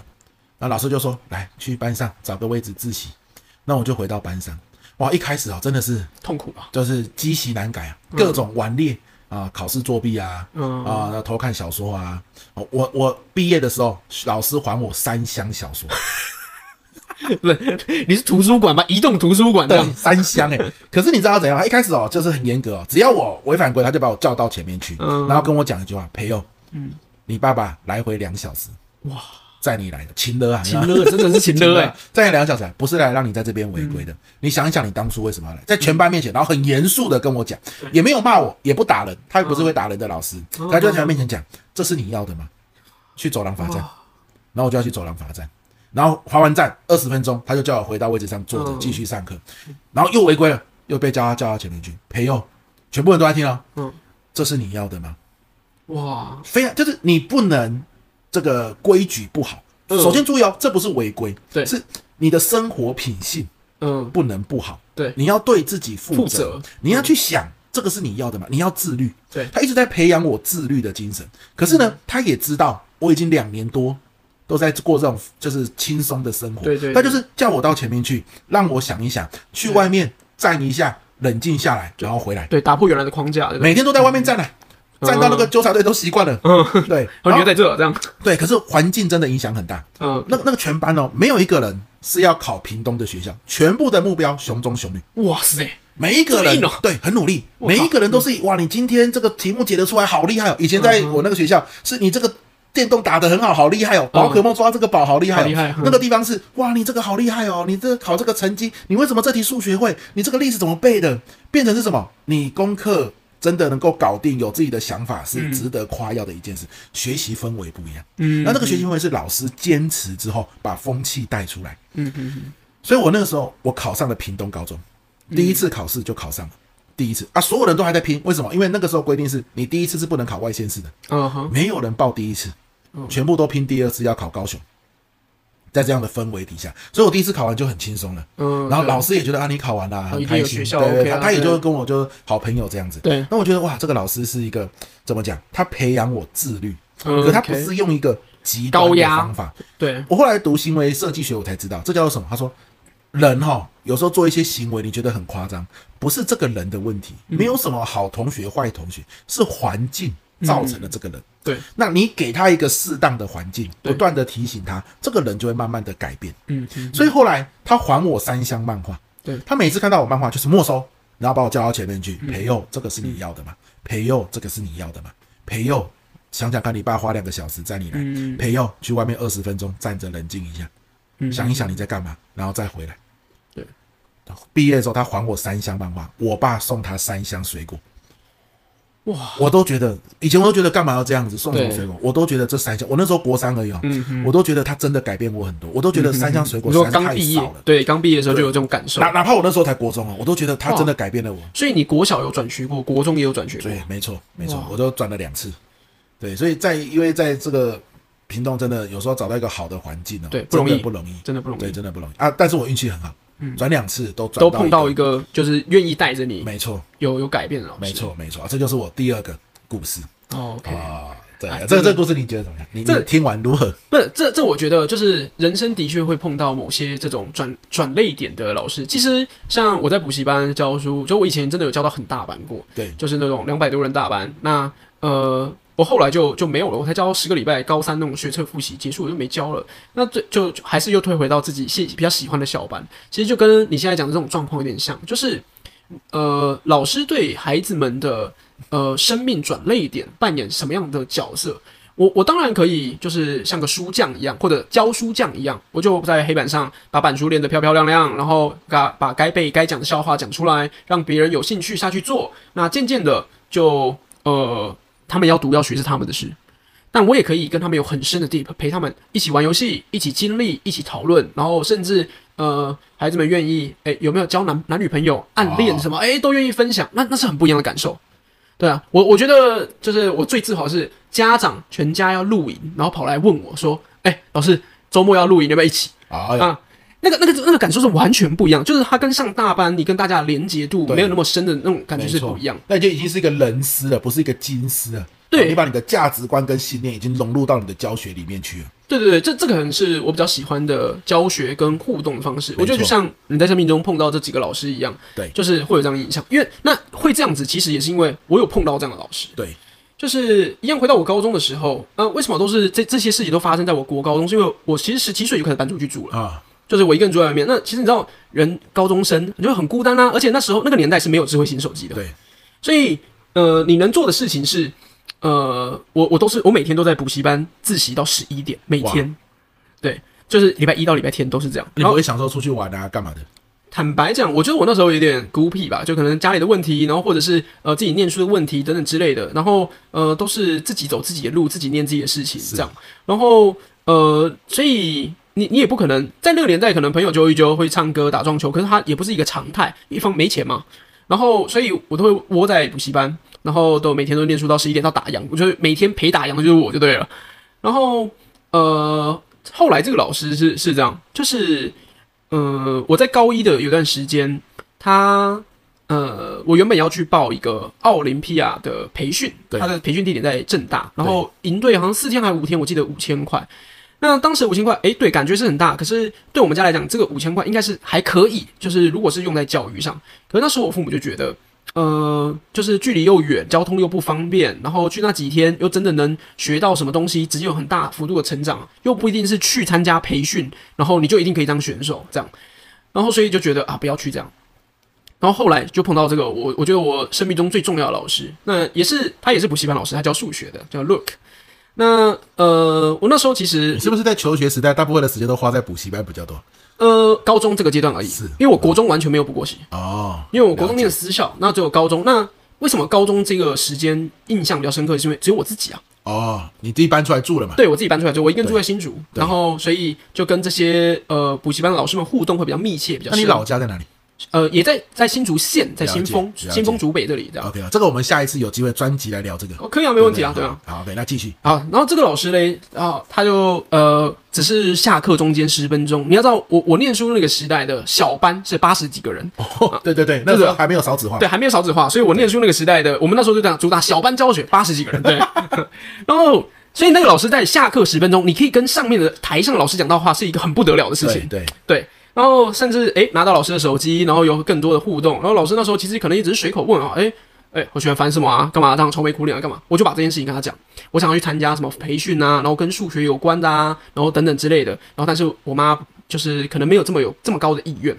Speaker 2: 然后老师就说来去班上找个位置自习。那我就回到班上，哇，一开始哦真的是
Speaker 1: 痛苦啊吧？
Speaker 2: 就是积习难改啊，各种顽劣啊、考试作弊啊，
Speaker 1: 嗯
Speaker 2: 啊、偷看小说啊。哦我我毕业的时候，老师还我三箱小说，
Speaker 1: 不是， 你是图书馆吧？移动图书馆这
Speaker 2: 对
Speaker 1: 样，，
Speaker 2: 三箱 哎、可是你知道怎样吗？一开始哦，就是很严格哦，只要我违反规，他就把我叫到前面去，
Speaker 1: 嗯
Speaker 2: 然后跟我讲一句话：“朋友，你爸爸来回两小时，
Speaker 1: 哇，
Speaker 2: 载你来的，勤了啊，
Speaker 1: 情勒真的是情勒哎，
Speaker 2: 再两个小时啊，不是来让你在这边违规
Speaker 1: 嗯
Speaker 2: 的。你想一想，你当初为什么要来？在全班面前，然后很严肃的跟我讲，
Speaker 1: 嗯
Speaker 2: 也没有骂我，也不打人，他也不是会打人的老师，他就在全班面前讲：“这是你要的吗？”去走廊罚站，然后我就要去走廊罚站，然后罚完站二十分钟，他就叫我回到位置上坐着
Speaker 1: 嗯
Speaker 2: 继续上课，然后又违规了，又被叫他叫到前面去培佑，全部人都在听哦，
Speaker 1: 嗯，
Speaker 2: 这是你要的吗？
Speaker 1: 哇，
Speaker 2: 非常就是你不能这个规矩不好。
Speaker 1: 嗯
Speaker 2: 首先注意哦，这不是违规，
Speaker 1: 对
Speaker 2: 是你的生活品性
Speaker 1: 嗯，
Speaker 2: 不能不好。
Speaker 1: 对
Speaker 2: 你要对自己负
Speaker 1: 负责
Speaker 2: 你要去想这个是你要的嘛，你要自律。
Speaker 1: 对
Speaker 2: 他一直在培养我自律的精神，可是
Speaker 1: 嗯
Speaker 2: 呢，他也知道我已经两年多。都在过这种就是轻松的生活，
Speaker 1: 对对对
Speaker 2: 他就是叫我到前面去，让我想一想，去外面站一下，冷静下来，然后回来。
Speaker 1: 对，打破原来的框架，对不对？
Speaker 2: 每天都在外面站了，站到那个纠察队都习惯了。
Speaker 1: 嗯，
Speaker 2: 对，
Speaker 1: 然后
Speaker 2: 然
Speaker 1: 你就
Speaker 2: 后
Speaker 1: 在这这样，
Speaker 2: 对，可是环境真的影响很大。
Speaker 1: 嗯，
Speaker 2: 那那个全班哦，没有一个人是要考屏东的学校，全部的目标熊中熊女，
Speaker 1: 哇塞，
Speaker 2: 每一个
Speaker 1: 这么
Speaker 2: 人
Speaker 1: 硬哦
Speaker 2: 对很努力，
Speaker 1: 我靠嗯
Speaker 2: 每一个人都是哇，你今天这个题目解得出来，好厉害哦！以前在我那个学
Speaker 1: 嗯
Speaker 2: 校，是你这个。电动打得很好，好厉害哦！宝可梦抓这个宝好厉害、哦，
Speaker 1: 好厉害嗯
Speaker 2: 那个地方是哇，你这个好厉害哦！你这考这个成绩，你为什么这题数学会？你这个历史怎么背的？变成是什么？你功课真的能够搞定，有自己的想法是值得夸耀的一件事。学习氛围不一样，
Speaker 1: 嗯
Speaker 2: 那这个学习氛围是老师坚持之后把风气带出来。
Speaker 1: 嗯嗯
Speaker 2: 所以我那个时候我考上了屏东高中，第一次考试就考上了，第一次啊，所有人都还在拼，为什么？因为那个时候规定是你第一次是不能考外县市的，
Speaker 1: 嗯哼，嗯
Speaker 2: 没有人报第一次，全部都拼第二次要考高雄。在这样的氛围底下，所以我第一次考完就很轻松了。
Speaker 1: 嗯，
Speaker 2: 然后
Speaker 1: 对哦
Speaker 2: 老师也觉得啊，你考完啦，很
Speaker 1: 一定
Speaker 2: 开
Speaker 1: 有
Speaker 2: 心。
Speaker 1: 学校
Speaker 2: 对对
Speaker 1: OK
Speaker 2: 对，
Speaker 1: 啊
Speaker 2: 他他也
Speaker 1: 对
Speaker 2: 就跟我就好朋友这样子。
Speaker 1: 对，
Speaker 2: 那我觉得哇，这个老师是一个怎么讲？他培养我自律，
Speaker 1: 嗯
Speaker 2: 可他不
Speaker 1: OK
Speaker 2: 是用一个极端
Speaker 1: 高
Speaker 2: 的
Speaker 1: 压
Speaker 2: 方法。
Speaker 1: 对，
Speaker 2: 我后来读行为设计学，我才知道这叫做什么。他说，人哈、有时候做一些行为，你觉得很夸张，不是这个人的问题，没有什么好同学、坏同学，是环境造成的这个人。
Speaker 1: 对，
Speaker 2: 那你给他一个适当的环境，
Speaker 1: 对
Speaker 2: 不断的提醒他，这个人就会慢慢的改变。
Speaker 1: 嗯嗯，
Speaker 2: 所以后来他还我三箱漫画，
Speaker 1: 对嗯
Speaker 2: 他每次看到我漫画就是没收，然后把我叫到前面去，培佑，这个是你要的吗？培佑，这个是你要的吗？培佑，想想看你爸花两个小时载你来，
Speaker 1: 嗯
Speaker 2: 培佑去外面二十分钟站着冷静一下，
Speaker 1: 嗯
Speaker 2: 想一想你在干嘛，然后再回来。
Speaker 1: 对，
Speaker 2: 毕业的时候他还我三箱漫画，我爸送他三箱水果。
Speaker 1: 哇，
Speaker 2: 我都觉得以前我都觉得干嘛要这样子送什么
Speaker 1: 对
Speaker 2: 水果，我都觉得这三箱，我那时候国三而已、哦，
Speaker 1: 嗯嗯
Speaker 2: 我都觉得他真的改变我很多，我都觉得三箱水果
Speaker 1: 你
Speaker 2: 实
Speaker 1: 说
Speaker 2: 在是
Speaker 1: 刚
Speaker 2: 太
Speaker 1: 毕
Speaker 2: 少
Speaker 1: 业
Speaker 2: 了，。
Speaker 1: 对，刚毕业的时候就有这种感受
Speaker 2: 哪。哪怕我那时候才国中哦，我都觉得他真的改变了我。
Speaker 1: 所以你国小有转学过，国中也有转学过，
Speaker 2: 对，没错，没错
Speaker 1: 哇，
Speaker 2: 我都转了两次。对，所以在因为在这个屏东，真的有时候找到一个好的环境哦，
Speaker 1: 对
Speaker 2: 真的
Speaker 1: 不容易
Speaker 2: 不容易，
Speaker 1: 真的不容
Speaker 2: 对，
Speaker 1: 易，嗯
Speaker 2: 真的不容易啊！但是我运气很好，转两次都转
Speaker 1: 都碰
Speaker 2: 到
Speaker 1: 到一个就是愿意带着
Speaker 2: 一
Speaker 1: 你
Speaker 2: 个，没错，
Speaker 1: 有有改变的老师。
Speaker 2: 没错，没错，啊这就是我第二个故事
Speaker 1: 哦，OK，
Speaker 2: 啊。对
Speaker 1: 哎，
Speaker 2: 这
Speaker 1: 这
Speaker 2: 个这个故事你觉得怎么样？你
Speaker 1: 这
Speaker 2: 你听完如何？
Speaker 1: 不是，这这我觉得就是人生的确会碰到某些这种转转泪点的老师。其实像我在补习班教书，就我以前真的有教到很大班过，
Speaker 2: 对
Speaker 1: 就是那种两百多人大班。那呃，我后来就就没有了，我才教十个礼拜，高三那种学测复习结束我就没教了。那最就就还是又退回到自己喜比较喜欢的小班。其实就跟你现在讲的这种状况有点像，就是呃，老师对孩子们的呃生命转泪点扮演什么样的角色？我我当然可以，就是像个书匠一样，或者教书匠一样，我就在黑板上把板书练得漂漂亮亮，然后把把该背该讲的笑话讲出来，让别人有兴趣下去做。那渐渐的就呃，他们要读要学是他们的事，但我也可以跟他们有很深的 deep，陪他们一起玩游戏，一起经历，一起讨论，然后甚至呃，孩子们愿意诶、有没有交男男女朋友、暗恋
Speaker 2: 啊
Speaker 1: 什么诶、都愿意分享，那那是很不一样的感受。对啊，我我觉得就是我最自豪是家长全家要露营，然后跑来问我说：“哎、老师，周末要露营，要不要一起
Speaker 2: 啊，哎？”
Speaker 1: 啊，那个那个那个感受是完全不一样，就是他跟上大班，你跟大家的连结度
Speaker 2: 对
Speaker 1: 没有那么深的那种感觉
Speaker 2: 没
Speaker 1: 是
Speaker 2: 错
Speaker 1: 不一样。。
Speaker 2: 那你就已经是一个人师了，不是一个金师了。
Speaker 1: 对
Speaker 2: 你把你的价值观跟信念已经融入到你的教学里面去了。
Speaker 1: 对对对，这这个可能是我比较喜欢的教学跟互动的方式。
Speaker 2: 错
Speaker 1: 我觉得就像你在生命中碰到这几个老师一样，
Speaker 2: 对
Speaker 1: 就是会有这样的印象。因为那会这样子，其实也是因为我有碰到这样的老师。
Speaker 2: 对，
Speaker 1: 就是一样回到我高中的时候，呃，为什么都是这这些事情都发生在我国高中？是因为我其实十七岁就开始搬出去住了，
Speaker 2: 啊，
Speaker 1: 就是我一个人住在外面。那其实你知道，人高中生你就会很孤单啦、而且那时候那个年代是没有智慧型手机的，
Speaker 2: 对，
Speaker 1: 所以呃，你能做的事情是，呃，我我都是我每天都在补习班自习到十一点，每天，对，就是礼拜一到礼拜天都是这样。
Speaker 2: 你
Speaker 1: 然
Speaker 2: 不
Speaker 1: 后
Speaker 2: 会享受出去玩啊，干嘛的？
Speaker 1: 坦白讲，我觉得我那时候有点孤僻吧，就可能家里的问题，然后或者是呃自己念书的问题等等之类的，然后呃都是自己走自己的路，自己念自己的事情这样，然后呃，所以你你也不可能在那个年代，可能朋友揪一揪会唱歌、打撞球，可是它也不是一个常态，一方没钱嘛，然后所以我都会窝在补习班，然后都每天都念书到十一点到打烊，我就是每天陪打烊的就是我就对了，然后呃后来这个老师是是这样，就是。呃，我在高一的有段时间，他呃，我原本要去报一个奥林匹亚的培训，
Speaker 2: 对
Speaker 1: 他的培训地点在正大，然后营队好像四天还是五天，我记得五千块。那当时五千块，诶，对，感觉是很大，可是对我们家来讲，这个五千块应该是还可以，就是如果是用在教育上。可是那时候我父母就觉得，呃，就是距离又远，交通又不方便，然后去那几天又真的能学到什么东西，只有很大幅度的成长，又不一定是去参加培训，然后你就一定可以当选手这样。然后所以就觉得啊，不要去这样。然后后来就碰到这个我，我觉得我生命中最重要的老师，那也是他也是补习班老师，他教数学的，叫 Look。那呃，我那时候其实
Speaker 2: 你是不是在求学时代，大部分的时间都花在补习班比较多？
Speaker 1: 呃高中这个阶段而已
Speaker 2: 是，
Speaker 1: 因为我国中完全没有补过习，
Speaker 2: 哦，
Speaker 1: 因为我国中
Speaker 2: 了解
Speaker 1: 念私校，那只有高中。那为什么高中这个时间印象比较深刻？是因为只有我自己啊，
Speaker 2: 哦，你自己搬出来住了嘛？
Speaker 1: 对我自己搬出来之后，我一个人住在新竹，然后所以就跟这些呃补习班的老师们互动会比较密切，比较
Speaker 2: 那你
Speaker 1: 深。
Speaker 2: 老家在哪里？
Speaker 1: 呃，也在在新竹县，在新丰
Speaker 2: 了解了解
Speaker 1: 新丰竹北这里这样。
Speaker 2: OK 啊，这个我们下一次有机会专辑来聊这个，
Speaker 1: 哦，可以啊，没问题啊，
Speaker 2: 不
Speaker 1: 对啊。。
Speaker 2: 好，OK，那继续。
Speaker 1: 好，然后这个老师嘞，啊，他就呃，只是下课中间十分钟。你要知道，我我念书那个时代的小班是八十几个人，
Speaker 2: 哦， 对对对，那
Speaker 1: 啊这
Speaker 2: 时
Speaker 1: 个
Speaker 2: 候还没有少子化。
Speaker 1: 对，还没有少子化，所以我念书那个时代的，我们那时候就这样主打小班教学，八十几个人， 对。然后，所以那个老师在下课十分钟，你可以跟上面的台上老师讲到话，是一个很不得了的事
Speaker 2: 对
Speaker 1: 情，
Speaker 2: 对，
Speaker 1: 对。然后甚至诶拿到老师的手机，然后有更多的互动。然后老师那时候其实可能也只是随口问啊，诶诶，我喜欢翻什么啊？干嘛当愁眉苦脸啊？干嘛？我就把这件事情跟他讲，我想要去参加什么培训啊，然后跟数学有关的啊，然后等等之类的。然后但是我妈就是可能没有这么有这么高的意愿。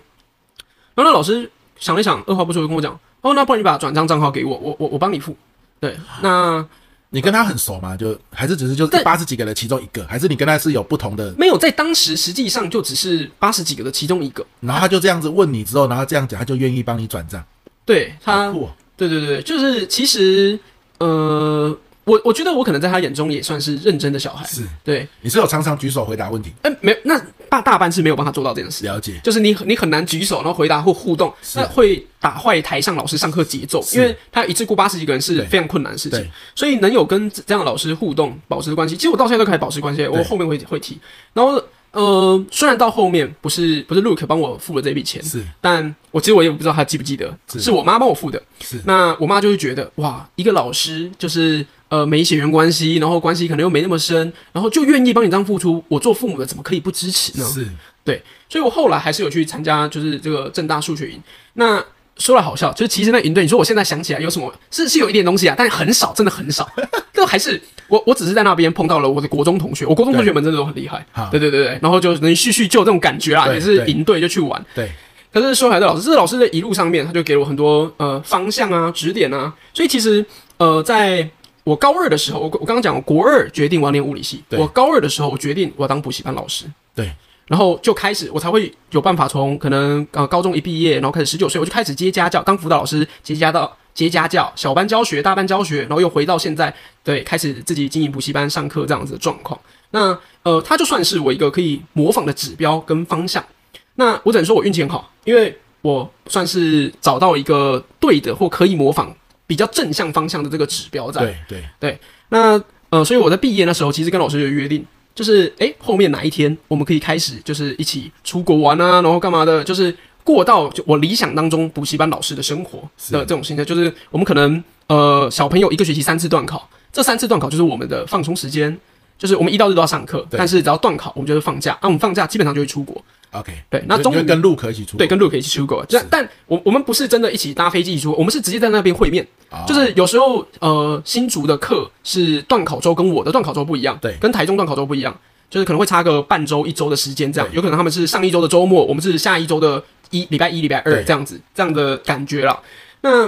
Speaker 1: 然后那老师想了一想，二话不说就跟我讲，哦，那不然你把转账账号给我，我我我帮你付。对，那
Speaker 2: 你跟他很熟吗？就还是只是就是
Speaker 1: 对
Speaker 2: 八十几个人其中一个，还是你跟他是有不同的？
Speaker 1: 没有在当时实际上就只是八十几个的其中一个。
Speaker 2: 然后他就这样子问你之后，然后这样讲，他就愿意帮你转账。
Speaker 1: 对他
Speaker 2: 好，酷哦
Speaker 1: 对对对，就是其实呃，我我觉得我可能在他眼中也算是认真的小孩。
Speaker 2: 是，
Speaker 1: 对，
Speaker 2: 你是有常常举手回答问题？
Speaker 1: 哎、没有，那大大班是没有办法做到这件事。
Speaker 2: 了解，
Speaker 1: 就是你你很难举手，然后回答或互动，
Speaker 2: 是
Speaker 1: 那会打坏台上老师上课节奏，因为他一次过八十几个人是
Speaker 2: 对
Speaker 1: 非常困难的事情
Speaker 2: 对，
Speaker 1: 所以能有跟这样的老师互动，保持关系，其实我到现在都开始保持关系，我后面会会提。然后呃，虽然到后面不是不是 Luke 帮我付了这笔钱，
Speaker 2: 是
Speaker 1: 但我其实我也不知道他记不记得，
Speaker 2: 是
Speaker 1: 是我妈帮我付的。
Speaker 2: 是
Speaker 1: 那我妈就会觉得哇，一个老师就是呃没血缘关系，然后关系可能又没那么深，然后就愿意帮你这样付出，我做父母的怎么可以不支持呢？
Speaker 2: 是，
Speaker 1: 对，所以我后来还是有去参加，就是这个正大数学营。那说来好笑，就是其实那营队，你说我现在想起来有什么是是有一点东西啊，但很少，真的很少。 但还是我我只是在那边碰到了我的国中同学，我国中同学们真的都很厉害
Speaker 2: 好。
Speaker 1: 对对对对，然后就能叙叙旧这种感觉啊，
Speaker 2: 对
Speaker 1: 也是
Speaker 2: 对
Speaker 1: 营队就去玩。
Speaker 2: 对，
Speaker 1: 可是说回来的老师，这个老师的一路上面，他就给了我很多呃方向啊、指点啊，所以其实呃，在我高二的时候，我我刚刚讲，我国二决定我要念物理系，
Speaker 2: 对
Speaker 1: 我高二的时候，我决定我要当补习班老师，
Speaker 2: 对，
Speaker 1: 然后就开始我才会有办法从可能呃高中一毕业，然后开始十九岁，我就开始接家教，当辅导老师接家到接家教，小班教学、大班教学，然后又回到现在，对，开始自己经营补习班上课这样子的状况。那呃，它就算是我一个可以模仿的指标跟方向。那我只能说我运气很好，因为我算是找到一个对的或可以模仿比较正向方向的这个指标在。
Speaker 2: 对对，
Speaker 1: 那呃，所以我在毕业那时候，其实跟老师有约定，就是诶，后面哪一天我们可以开始就是一起出国玩啊，然后干嘛的，就是过到就我理想当中补习班老师的生活的这种形态，就是我们可能呃小朋友一个学期三次段考，这三次段考就是我们的放松时间。就是我们一到日都要上课，
Speaker 2: 对
Speaker 1: 但是只要段考，我们就是放假。啊，我们放假基本上就会出国。
Speaker 2: ，OK。
Speaker 1: 对，那
Speaker 2: 你
Speaker 1: 中
Speaker 2: 就
Speaker 1: 午
Speaker 2: 跟陆可一起出国，
Speaker 1: 对，跟 Luke 一起出国。但但我我们不是真的一起搭飞机一起出国，我们是直接在那边会面。
Speaker 2: 哦
Speaker 1: 就是有时候呃，新竹的课是段考周跟我的段考周不一样，
Speaker 2: 对
Speaker 1: 跟台中段考周不一样，就是可能会差个半周一周的时间这样。
Speaker 2: 对
Speaker 1: 有可能他们是上一周的周末，我们是下一周的一礼拜一礼拜二
Speaker 2: 对
Speaker 1: 这样子这样的感觉啦。那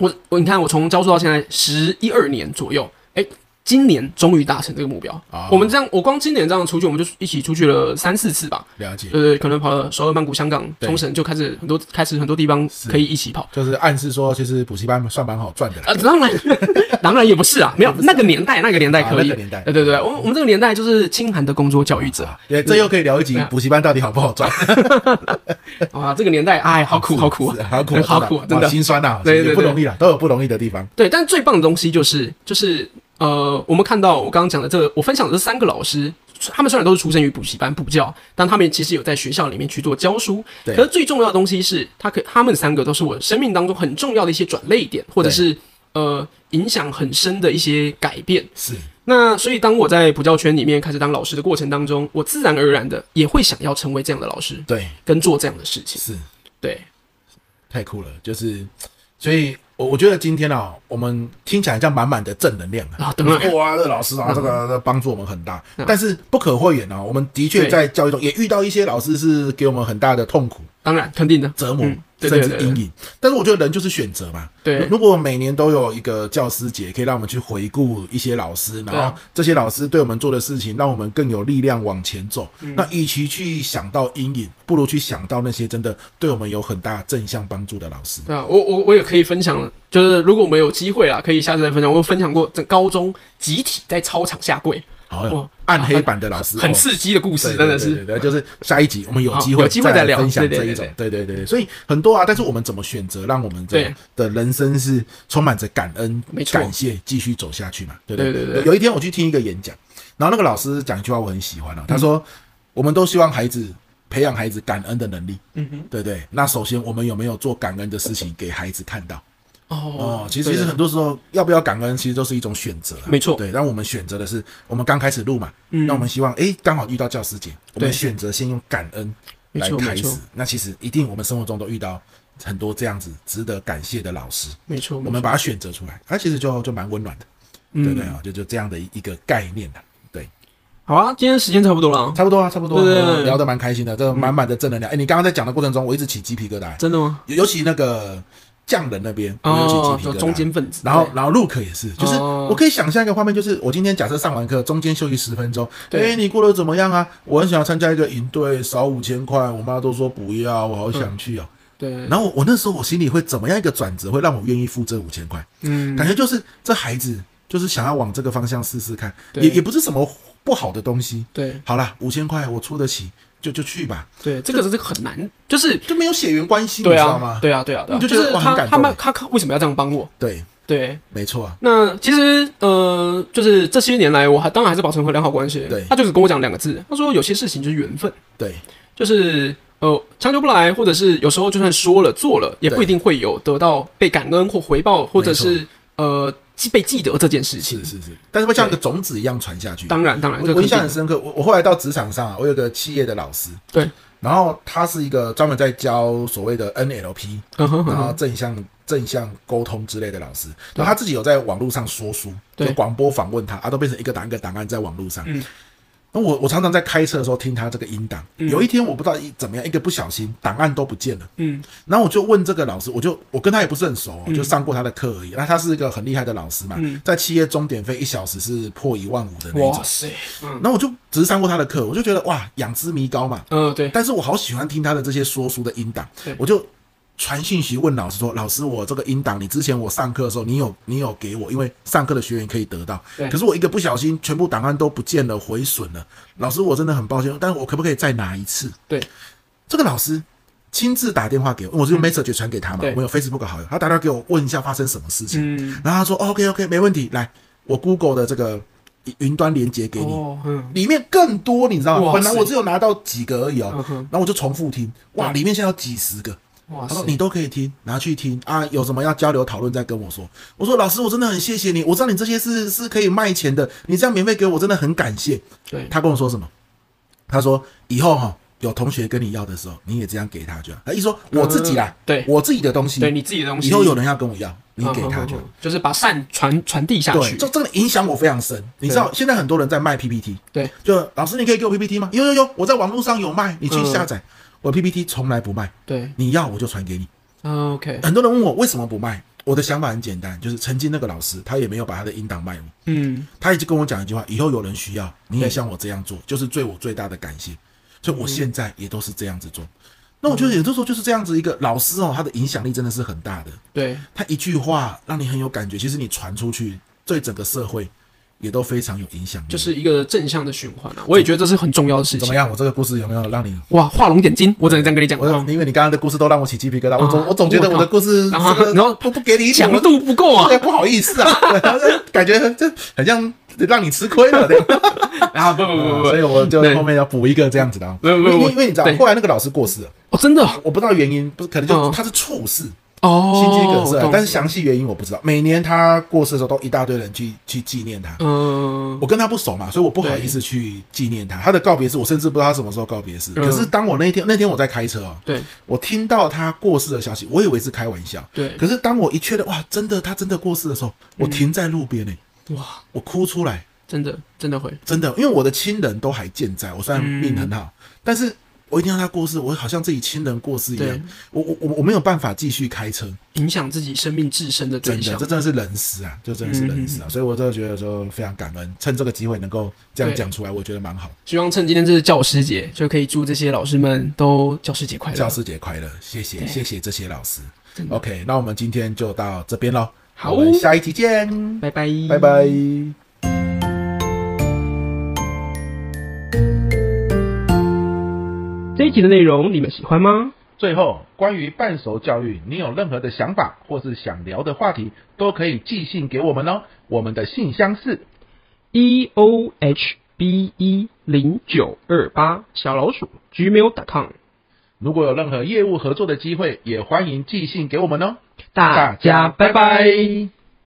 Speaker 1: 我我你看，我从教书到现在十一二年左右，哎。今年终于达成这个目标。
Speaker 2: 哦
Speaker 1: 我们这样，我光今年这样出去，我们就一起出去了三四次吧。
Speaker 2: 了解，
Speaker 1: 对对，可能跑了首尔、曼谷、香港、
Speaker 2: 对
Speaker 1: 冲绳，就开始很多开始很多地方可以一起跑。
Speaker 2: 就是暗示说，其实补习班算蛮好赚的啦。
Speaker 1: 啊，当然， 当然也不是啊，没有那个年代，那个年代可以，
Speaker 2: 啊那个年代
Speaker 1: 对对对，我们我们这个年代就是清寒的工作教育 者
Speaker 2: 对，这又可以聊一集补习班到底好不好赚，
Speaker 1: 啊，这个年代，哎，好苦，好苦啊，
Speaker 2: 是好苦，
Speaker 1: 对好苦啊，真
Speaker 2: 哇
Speaker 1: 的。
Speaker 2: 心酸呐，
Speaker 1: 对对对
Speaker 2: 也不容易啦，都有不容易的地方。
Speaker 1: 对，但最棒的东西就是就是呃，我们看到我刚刚讲的这个，我分享的这三个老师，他们虽然都是出生于补习班补教，但他们其实有在学校里面去做教书。
Speaker 2: 对
Speaker 1: 可是最重要的东西是，他可他们三个都是我生命当中很重要的一些转泪点，或者是呃影响很深的一些改变。
Speaker 2: 是，
Speaker 1: 那所以当我在补教圈里面开始当老师的过程当中，我自然而然的也会想要成为这样的老师，
Speaker 2: 对，
Speaker 1: 跟做这样的事情。
Speaker 2: 是
Speaker 1: 对，
Speaker 2: 太酷了，就是，所以我我觉得今天啊，我们听起来像满满的正能量
Speaker 1: 啊当然嗯
Speaker 2: 就是哇，这老师啊，这个这帮助我们很大，但是不可讳言啊，我们的确
Speaker 1: 对
Speaker 2: 在教育中也遇到一些老师是给我们很大的痛苦、
Speaker 1: 当然肯定的，
Speaker 2: 折磨
Speaker 1: 嗯，对
Speaker 2: 甚
Speaker 1: 对
Speaker 2: 至
Speaker 1: 对
Speaker 2: 阴影。但是我觉得人就是选择嘛，
Speaker 1: 对
Speaker 2: 如果每年都有一个教师节，可以让我们去回顾一些老师，
Speaker 1: 对
Speaker 2: 然
Speaker 1: 啊
Speaker 2: 后这些老师对我们做的事情，让我们更有力量往前走。
Speaker 1: 嗯
Speaker 2: 那与其去想到阴影，不如去想到那些真的对我们有很大正向帮助的老师。
Speaker 1: 对啊，我我我也可以分享，就是如果我们有机会啊，可以下次再分享。我有分享过，在高中集体在操场下跪，
Speaker 2: 好有
Speaker 1: 哇
Speaker 2: 暗黑版的老师，
Speaker 1: 很
Speaker 2: 哦
Speaker 1: 刺激的故事，真的是。
Speaker 2: 对，就是下一集我们有机
Speaker 1: 好
Speaker 2: 会
Speaker 1: 有机会再
Speaker 2: 再
Speaker 1: 聊
Speaker 2: 分享
Speaker 1: 对
Speaker 2: 这
Speaker 1: 对
Speaker 2: 一种，对对对对，所以很多啊，但是我们怎么选择，让我们的
Speaker 1: 对
Speaker 2: 的人生是充满着感恩
Speaker 1: 没、错
Speaker 2: 感谢，继续走下去嘛，对不
Speaker 1: 对对
Speaker 2: 对
Speaker 1: 对
Speaker 2: 有有一天我去听一个演讲，然后那个老师讲一句话我很喜
Speaker 1: 嗯
Speaker 2: 欢啊，他说：“我们都希望孩子培养孩子感恩的能力，
Speaker 1: 嗯哼，
Speaker 2: 对不对？那首先我们有没有做感恩的事情给孩子看到？
Speaker 1: 哦
Speaker 2: 哦，，其实其实很多时候要不要感恩，其实都是一种选择啦，
Speaker 1: 没错
Speaker 2: 对，但我们选择的是，我们刚开始录嘛，
Speaker 1: 嗯
Speaker 2: 那我们希望，诶，刚好遇到教师节，我
Speaker 1: 对
Speaker 2: 们选择先用感恩来
Speaker 1: 没错
Speaker 2: 开
Speaker 1: 没
Speaker 2: 始
Speaker 1: 错。
Speaker 2: 那其实一定我们生活中都遇到很多这样子值得感谢的老师，
Speaker 1: 没错，嗯
Speaker 2: 我
Speaker 1: 我
Speaker 2: 们把它选择出来，它其实就就蛮温暖的，对不对啊？就就这样的一一个概念啊。对，
Speaker 1: 好啊，今天时间差不多了啊，
Speaker 2: 差不多啊，差不多啊，
Speaker 1: 对对对嗯
Speaker 2: 聊得蛮开心的，这满满的正能量。诶，你刚刚在讲的过程中，我一直起鸡皮疙瘩，
Speaker 1: 真的吗？
Speaker 2: 尤尤其那个匠人那边，我有
Speaker 1: 哦
Speaker 2: 起，鸡
Speaker 1: 就
Speaker 2: 皮疙瘩。
Speaker 1: 中间分子，
Speaker 2: 啊然后，然后 Look 也是，就是
Speaker 1: 哦
Speaker 2: 我可以想象一个画面，就是我今天假设上完课，中间休息十分钟，
Speaker 1: 对
Speaker 2: 哎，你过得怎么样啊？我很想要参加一个营队，少五千块，我妈都说不要，我好想去哦。
Speaker 1: 对嗯对，
Speaker 2: 然后我我那时候我心里会怎么样一个转折，会让我愿意付这五千块？
Speaker 1: 嗯，
Speaker 2: 感觉就是这孩子就是想要往这个方向试试看，
Speaker 1: 对
Speaker 2: 也也不是什么不好的东西。
Speaker 1: 对
Speaker 2: 好啦，五千块我出得起，就就去吧，
Speaker 1: 对，这个这个很难，就是
Speaker 2: 就没有血缘关系，你
Speaker 1: 对
Speaker 2: 知道
Speaker 1: 啊
Speaker 2: 吗，？
Speaker 1: 对啊，对啊，对啊
Speaker 2: 你就觉
Speaker 1: 就
Speaker 2: 得
Speaker 1: 是
Speaker 2: 哇很
Speaker 1: 他
Speaker 2: 感
Speaker 1: 他
Speaker 2: 动欸
Speaker 1: 们他他为什么要这样帮我？
Speaker 2: 对，
Speaker 1: 对，
Speaker 2: 没错啊，
Speaker 1: 那其实呃，就是这些年来，我还当然还是保持很良好关系。
Speaker 2: 对
Speaker 1: 他就只跟我讲两个字，他说有些事情就是缘分，
Speaker 2: 对，
Speaker 1: 就是呃强求不来，或者是有时候就算说了做了，也不
Speaker 2: 对
Speaker 1: 一定会有得到被感恩或回报，或者是呃记被记得这件事情
Speaker 2: 是。是是，但是会像个种子一样传下去。
Speaker 1: 当然，当然，这
Speaker 2: 我我
Speaker 1: 肯
Speaker 2: 印象
Speaker 1: 定
Speaker 2: 很深刻，我我后来到职场上啊，我有个企业的老师，
Speaker 1: 对，
Speaker 2: 然后他是一个专门在教所谓的 NLP，
Speaker 1: 嗯哼嗯
Speaker 2: 然后
Speaker 1: 哼，
Speaker 2: 正向正向沟通之类的老师，然后他自己有在网络上说书，
Speaker 1: 对
Speaker 2: 就广播访问他，啊，都变成一个档案一个档案在网络上。
Speaker 1: 嗯
Speaker 2: 那我我常常在开车的时候听他这个音档，有一天我不知道一怎么样，一个不小心档案都不见了。
Speaker 1: 嗯，
Speaker 2: 然后我就问这个老师，我就我跟他也不是很熟哦、就上过他的课而已。那他是一个很厉害的老师嘛，在企业终点费一小时是破一万五的那一
Speaker 1: 嗯
Speaker 2: 种
Speaker 1: 哇。塞，嗯
Speaker 2: 然后我就只是上过他的课，我就觉得哇，仰之弥高嘛。
Speaker 1: 呃对，
Speaker 2: 但是我好喜欢听他的这些说书的音档
Speaker 1: 对，
Speaker 2: 我就传讯息问老师说：“老师，我这个音档，你之前我上课的时候，你有你有给我，因为上课的学员可以得到
Speaker 1: 对。
Speaker 2: 可是我一个不小心，全部档案都不见了，毁损了。老师，我真的很抱歉，但是我可不可以再拿一次？”
Speaker 1: 对，这
Speaker 2: 这个老师亲自打电话给我，我是用 Message 传给他嘛
Speaker 1: 嗯对，
Speaker 2: 我有 Facebook 好友，他打电话给我问一下发生什么事情，
Speaker 1: 嗯，
Speaker 2: 然后他说、OK OK 没问题，来我 Google 的这个云端连接给你，
Speaker 1: 哦，嗯，
Speaker 2: 里面更多，你知道吗？
Speaker 1: 哇
Speaker 2: 本
Speaker 1: 塞
Speaker 2: 来我只有拿到几个而已哦
Speaker 1: 嗯，哼
Speaker 2: 然后我就重复听，哇，里面现在有几十个。
Speaker 1: 哇
Speaker 2: 他
Speaker 1: 塞
Speaker 2: 说，你都可以听，拿去听啊，有什么要交流讨论再跟我说。我说老师，我真的很谢谢你，我知道你这些是是可以卖钱的，你这样免费给我，我真的很感谢。
Speaker 1: 对，
Speaker 2: 他跟我说什么？他说以后哈、有同学跟你要的时候，你也这样给他就好。他一说我自己啦
Speaker 1: 嗯，对
Speaker 2: 我自己的东西，
Speaker 1: 对你自己的东西，
Speaker 2: 以后有人要跟我要，你给他
Speaker 1: 嗯
Speaker 2: 就好
Speaker 1: 嗯。嗯就是把善传传递下
Speaker 2: 对，
Speaker 1: 去
Speaker 2: 这。真的影响我非常深。你知道现在很多人在卖 PPT，
Speaker 1: 对，
Speaker 2: 就老师你可以给我 PPT 吗？有有有，我在网络上有卖，你去下
Speaker 1: 嗯
Speaker 2: 载。我 PPT 从来不卖，
Speaker 1: 对
Speaker 2: 你要我就传给你。
Speaker 1: 嗯，OK，
Speaker 2: 很多人问我为什么不卖，我的想法很简单，就是曾经那个老师他也没有把他的音档卖我，
Speaker 1: 嗯，
Speaker 2: 他一直跟我讲一句话：以后有人需要，你也
Speaker 1: 对
Speaker 2: 像我这样
Speaker 1: 嗯
Speaker 2: 做，就是对我最大的感谢。所以我现在也都是这样子做。
Speaker 1: 嗯
Speaker 2: 那我觉得有的时候就是这样子一个老师哦，他的影响力真的是很大的。
Speaker 1: 对，
Speaker 2: 他一句话让你很有感觉，其实你传出去，对整个社会也都非常有影响力。
Speaker 1: 就是一个正向的循环啊。我也觉得这是很重要的事
Speaker 2: 怎么
Speaker 1: 情。
Speaker 2: 样？我这个故事有没有让你？
Speaker 1: 哇，画龙点睛，我只能这样跟你讲。
Speaker 2: 我
Speaker 1: 嗯
Speaker 2: 因为你刚刚的故事都让我起鸡皮疙瘩，我
Speaker 1: 啊
Speaker 2: 总我总觉得我的故事
Speaker 1: 然后
Speaker 2: 这个
Speaker 1: 然后
Speaker 2: 不不给你讲
Speaker 1: 强
Speaker 2: 了，
Speaker 1: 度不够啊
Speaker 2: 对，不好意思啊， 对感觉这很像让你吃亏了，对吧？
Speaker 1: 啊！不不不不，
Speaker 2: 所以我就
Speaker 1: 对
Speaker 2: 后面要补一个这样子的啊，
Speaker 1: 没有没有
Speaker 2: 因
Speaker 1: 我
Speaker 2: 为因为你知道
Speaker 1: 对，
Speaker 2: 后来那个老师过世了，
Speaker 1: 哦，真的
Speaker 2: 我不知道原因，不是可能就
Speaker 1: 嗯
Speaker 2: 他是猝死，
Speaker 1: 哦，
Speaker 2: 心肌梗
Speaker 1: 我
Speaker 2: 塞
Speaker 1: 懂，
Speaker 2: 但是详细原因我不知道。每年他过世的时候，都一大堆人去去纪念他，
Speaker 1: 嗯，
Speaker 2: 我跟他不熟嘛，所以我不好意思去纪念他。他的告别式，我甚至不知道他什么时候告别式。
Speaker 1: 嗯
Speaker 2: 可是当我那天那天我在开车哦，
Speaker 1: 对
Speaker 2: 我听到他过世的消息，我以为是开玩笑。
Speaker 1: 对，嗯
Speaker 2: 可是当我一确认哇，真的他真的过世的时候，我停在路边呢、欸
Speaker 1: 哇，
Speaker 2: 我哭出来，
Speaker 1: 真的真的会，
Speaker 2: 真的，因为我的亲人都还健在，我虽然
Speaker 1: 嗯
Speaker 2: 命很好，但是我一听到他过世，我好像自己亲人过世一
Speaker 1: 对
Speaker 2: 样，我我我我没有办法继续开车。
Speaker 1: 影响自己生命自身的
Speaker 2: 真
Speaker 1: 对嗯
Speaker 2: 的，
Speaker 1: 象
Speaker 2: 这。真的是人事啊，这真的是人事啊，所以我真的觉得说非常感恩，趁这个机会能够这样
Speaker 1: 对
Speaker 2: 讲出来，我觉得蛮好。
Speaker 1: 希望趁今天这是教师节，就可以祝这些老师们都教师节快乐
Speaker 2: 教。师节快乐，谢谢谢谢这些老师
Speaker 1: 真。的
Speaker 2: OK，那我们今天就到这边喽，
Speaker 1: 好
Speaker 2: 我们下一期见，
Speaker 1: 拜拜，
Speaker 2: 拜拜。
Speaker 1: 集的内容你们喜欢吗？
Speaker 2: 最后，关于半熟教育，你有任何的想法或是想聊的话题，都可以寄信给我们哦。我们的信箱是
Speaker 1: e o h b e 零九二八小老鼠 gmail.com，
Speaker 2: 如果有任何业务合作的机会，也欢迎寄信给我们哦。
Speaker 1: 大家拜拜